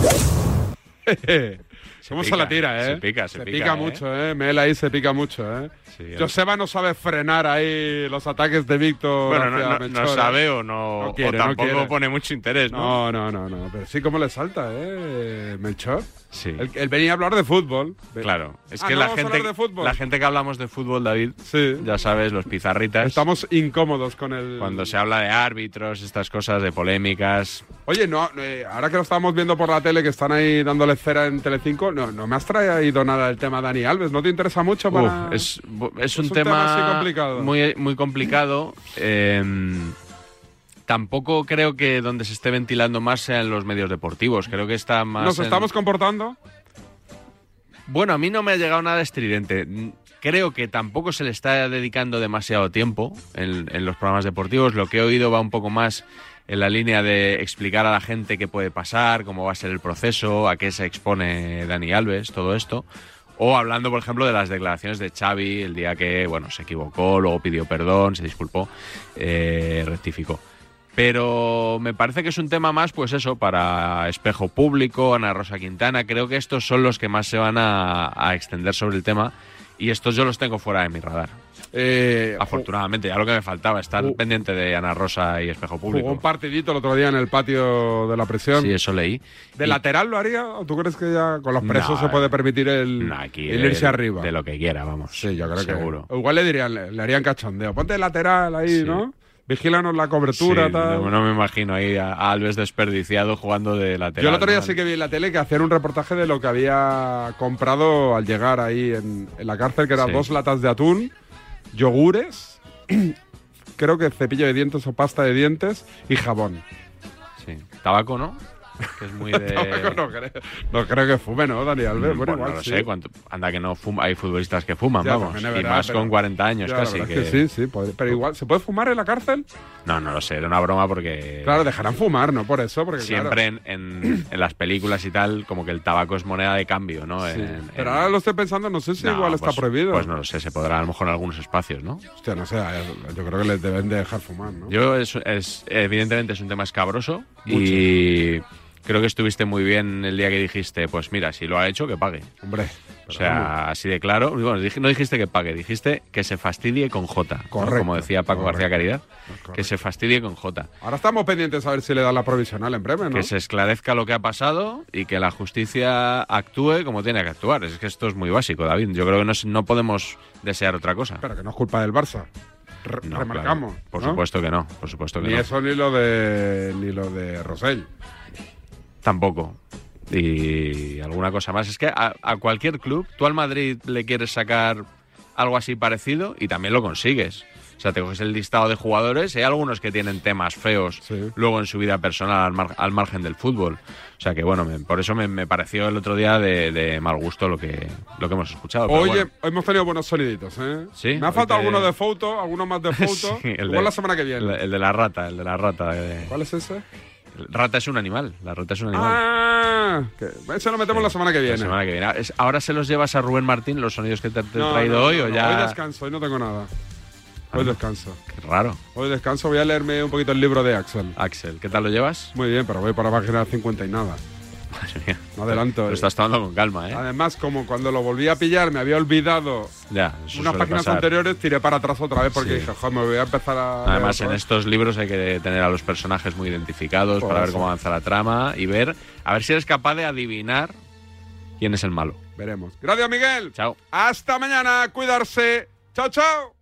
[SPEAKER 1] ¿Cómo se,
[SPEAKER 10] pica,
[SPEAKER 1] la tira, eh?
[SPEAKER 10] se pica, se
[SPEAKER 1] pica.
[SPEAKER 10] pica, ¿eh?
[SPEAKER 1] mucho, eh. Mel ahí se pica mucho, eh. Joseba no sabe frenar ahí los ataques de Víctor.
[SPEAKER 2] Bueno, no-
[SPEAKER 1] hacia
[SPEAKER 2] no- no
[SPEAKER 1] Melchor,
[SPEAKER 2] sabe
[SPEAKER 1] eh.
[SPEAKER 2] o no- o
[SPEAKER 1] quiere,
[SPEAKER 2] tampoco
[SPEAKER 1] quiere.
[SPEAKER 2] pone mucho interés, ¿no?
[SPEAKER 1] No, no, no, no. Pero sí, cómo le salta, eh, Melchor.
[SPEAKER 2] Sí.
[SPEAKER 1] Él, él venía a hablar de fútbol.
[SPEAKER 2] Claro, es
[SPEAKER 1] Ah,
[SPEAKER 2] que
[SPEAKER 1] ¿no
[SPEAKER 2] la
[SPEAKER 1] vamos a
[SPEAKER 2] gente
[SPEAKER 1] hablar de fútbol?
[SPEAKER 2] la gente que hablamos de fútbol, David, ya sabes, los pizarritas.
[SPEAKER 1] Estamos incómodos con el
[SPEAKER 2] Cuando se habla de árbitros, estas cosas de polémicas,
[SPEAKER 1] Oye, no, eh, ahora que lo estábamos viendo por la tele, que están ahí dándole cera en Telecinco, no, no me has traído nada el tema Dani Alves, ¿no te interesa mucho para...?
[SPEAKER 2] Uf, es, bu- es un,
[SPEAKER 1] un
[SPEAKER 2] tema,
[SPEAKER 1] tema así complicado.
[SPEAKER 2] muy muy complicado. Eh, tampoco creo que donde se esté ventilando más sea en los medios deportivos. Creo que está más.
[SPEAKER 1] ¿Nos
[SPEAKER 2] en-
[SPEAKER 1] estamos comportando?
[SPEAKER 2] Bueno, a mí no me ha llegado nada estridente. N- Creo que tampoco se le está dedicando demasiado tiempo en, en los programas deportivos. Lo que he oído va un poco más en la línea de explicar a la gente qué puede pasar, cómo va a ser el proceso, a qué se expone Dani Alves, todo esto. O hablando, por ejemplo, de las declaraciones de Xavi el día que, bueno, se equivocó, luego pidió perdón, se disculpó, eh, rectificó. Pero me parece que es un tema más, pues eso, para Espejo Público, Ana Rosa Quintana. Creo que estos son los que más se van a, a extender sobre el tema. Y estos yo los tengo fuera de mi radar. Afortunadamente, ya lo que me faltaba, estar pendiente de Ana Rosa y Espejo
[SPEAKER 1] Jugó un
[SPEAKER 2] Público.
[SPEAKER 1] partidito el otro día en el patio de la presión.
[SPEAKER 2] Sí, eso leí.
[SPEAKER 1] ¿De
[SPEAKER 2] Y-
[SPEAKER 1] lateral lo haría? ¿O tú crees que ya con los presos
[SPEAKER 2] No,
[SPEAKER 1] se puede permitir el,
[SPEAKER 2] Aquí
[SPEAKER 1] el
[SPEAKER 2] de-
[SPEAKER 1] irse arriba?
[SPEAKER 2] De lo que quiera, vamos. Sí, yo
[SPEAKER 1] creo que-
[SPEAKER 2] Seguro.
[SPEAKER 1] O Igual le dirían, le, le harían cachondeo. Ponte de lateral ahí, ¿no? Vigílanos la cobertura,
[SPEAKER 2] Sí,
[SPEAKER 1] tal.
[SPEAKER 2] No, no me imagino ahí a, a Alves desperdiciado jugando de lateral.
[SPEAKER 1] Yo el otro día
[SPEAKER 2] ¿no?
[SPEAKER 1] sí que vi en la tele que hacían un reportaje de lo que había comprado al llegar ahí en, en la cárcel, que eran
[SPEAKER 2] Sí.
[SPEAKER 1] dos latas de atún, yogures, *clears throat* creo que cepillo de dientes o pasta de dientes y jabón.
[SPEAKER 2] Sí. Tabaco, ¿no? Que es
[SPEAKER 1] *laughs*
[SPEAKER 2] muy de.
[SPEAKER 1] Tabaco no creo. No creo que fume, ¿no, Dani Alves?
[SPEAKER 2] Mm,
[SPEAKER 1] Bueno,
[SPEAKER 2] no
[SPEAKER 1] igual
[SPEAKER 2] lo
[SPEAKER 1] sí.
[SPEAKER 2] sé. cuánto- Anda que no fuma. Hay futbolistas que fuman,
[SPEAKER 1] Ya,
[SPEAKER 2] vamos.
[SPEAKER 1] también es
[SPEAKER 2] y
[SPEAKER 1] verdad,
[SPEAKER 2] más
[SPEAKER 1] pero-
[SPEAKER 2] con 40 años
[SPEAKER 1] Ya, la
[SPEAKER 2] casi. Oh.
[SPEAKER 1] verdad es que sí, sí. podría- Pero igual, ¿se puede fumar en la cárcel?
[SPEAKER 2] No, no lo sé. Era una broma porque.
[SPEAKER 1] Claro, dejarán fumar, ¿no? Por eso, porque claro.
[SPEAKER 2] Siempre en, en- *clears throat* en las películas y tal, como que el tabaco es moneda de cambio, ¿no?
[SPEAKER 1] Sí.
[SPEAKER 2] En-
[SPEAKER 1] Pero
[SPEAKER 2] en-
[SPEAKER 1] ahora lo estoy pensando, no sé si
[SPEAKER 2] No,
[SPEAKER 1] igual está
[SPEAKER 2] pues-
[SPEAKER 1] prohibido.
[SPEAKER 2] Pues no lo sé, se podrá a lo mejor en algunos espacios, ¿no?
[SPEAKER 1] Hostia, no sé, yo creo que les deben de dejar fumar, ¿no?
[SPEAKER 2] Yo, es, es- evidentemente, es un tema escabroso y creo que estuviste muy bien el día que dijiste, pues mira, si lo ha hecho, que pague.
[SPEAKER 1] Hombre.
[SPEAKER 2] O sea, así de claro. Bueno, dij- no dijiste que pague, dijiste que se fastidie con J. ¿no?
[SPEAKER 1] Correcto,
[SPEAKER 2] Como decía Paco García Caridad, que se fastidie con J.
[SPEAKER 1] Ahora estamos pendientes a ver si le dan la provisional en breve, ¿no?
[SPEAKER 2] Que se esclarezca lo que ha pasado y que la justicia actúe como tiene que actuar. Es que esto es muy básico, David. Yo creo que no, es- no podemos desear otra cosa.
[SPEAKER 1] Pero que no es culpa del Barça. Re-
[SPEAKER 2] No,
[SPEAKER 1] remarcamos.
[SPEAKER 2] claro. Por
[SPEAKER 1] ¿no?
[SPEAKER 2] supuesto que no, por supuesto que
[SPEAKER 1] Ni
[SPEAKER 2] no.
[SPEAKER 1] eso ni lo de ni lo de Rosell.
[SPEAKER 2] Tampoco. Y alguna cosa más. Es que a, a cualquier club, tú al Madrid le quieres sacar algo así parecido y también lo consigues. O sea, te coges el listado de jugadores y hay algunos que tienen temas feos luego en su vida personal al, mar- al margen del fútbol. O sea que bueno, me- por eso me, me pareció el otro día de, de mal gusto lo que, lo que hemos escuchado. Ah, pero
[SPEAKER 1] Oye,
[SPEAKER 2] bueno.
[SPEAKER 1] hoy hemos tenido buenos soniditos, ¿eh?
[SPEAKER 2] Sí,
[SPEAKER 1] Me ha
[SPEAKER 2] hoy
[SPEAKER 1] faltado
[SPEAKER 2] te-
[SPEAKER 1] alguno de foto, alguno más *laughs* de foto.
[SPEAKER 2] *laughs* Sí, el
[SPEAKER 1] Igual
[SPEAKER 2] de-
[SPEAKER 1] la semana que viene.
[SPEAKER 2] El, el de la rata, el de la rata. eh.
[SPEAKER 1] ¿Cuál es ese?
[SPEAKER 2] Rata es un animal, la rata es un animal.
[SPEAKER 1] Ah, que- ese lo metemos la semana que viene.
[SPEAKER 2] La semana que viene. Ah, Es- Ahora se los llevas a Rubén Martín los sonidos que te, te he
[SPEAKER 1] No,
[SPEAKER 2] traído
[SPEAKER 1] no,
[SPEAKER 2] hoy
[SPEAKER 1] no,
[SPEAKER 2] o
[SPEAKER 1] no,
[SPEAKER 2] ya. Ah,
[SPEAKER 1] Hoy descanso, hoy no tengo nada. Hoy descanso.
[SPEAKER 2] Qué raro.
[SPEAKER 1] Hoy descanso, voy a leerme un poquito el libro de Axel.
[SPEAKER 2] Axel, ¿qué tal lo llevas?
[SPEAKER 1] Muy bien, pero voy para página 50 y nada.
[SPEAKER 2] Madre mía.
[SPEAKER 1] No adelanto,
[SPEAKER 2] Lo
[SPEAKER 1] eh.
[SPEAKER 2] estás tomando con calma, ¿eh?
[SPEAKER 1] Además, como cuando lo volví a pillar me había olvidado
[SPEAKER 2] Ya, eso
[SPEAKER 1] unas
[SPEAKER 2] suele
[SPEAKER 1] páginas
[SPEAKER 2] pasar.
[SPEAKER 1] anteriores, tiré para atrás otra vez porque
[SPEAKER 2] Sí.
[SPEAKER 1] dije, joder, me voy a empezar a...
[SPEAKER 2] Además, en
[SPEAKER 1] otra vez".
[SPEAKER 2] estos libros hay que tener a los personajes muy identificados
[SPEAKER 1] eh, Por
[SPEAKER 2] para ver
[SPEAKER 1] eso.
[SPEAKER 2] cómo avanza la trama y ver, a ver si eres capaz de adivinar quién es el malo.
[SPEAKER 1] Veremos. Gracias, Miguel.
[SPEAKER 2] Chao.
[SPEAKER 1] Hasta mañana. Cuidarse. Chao, chao.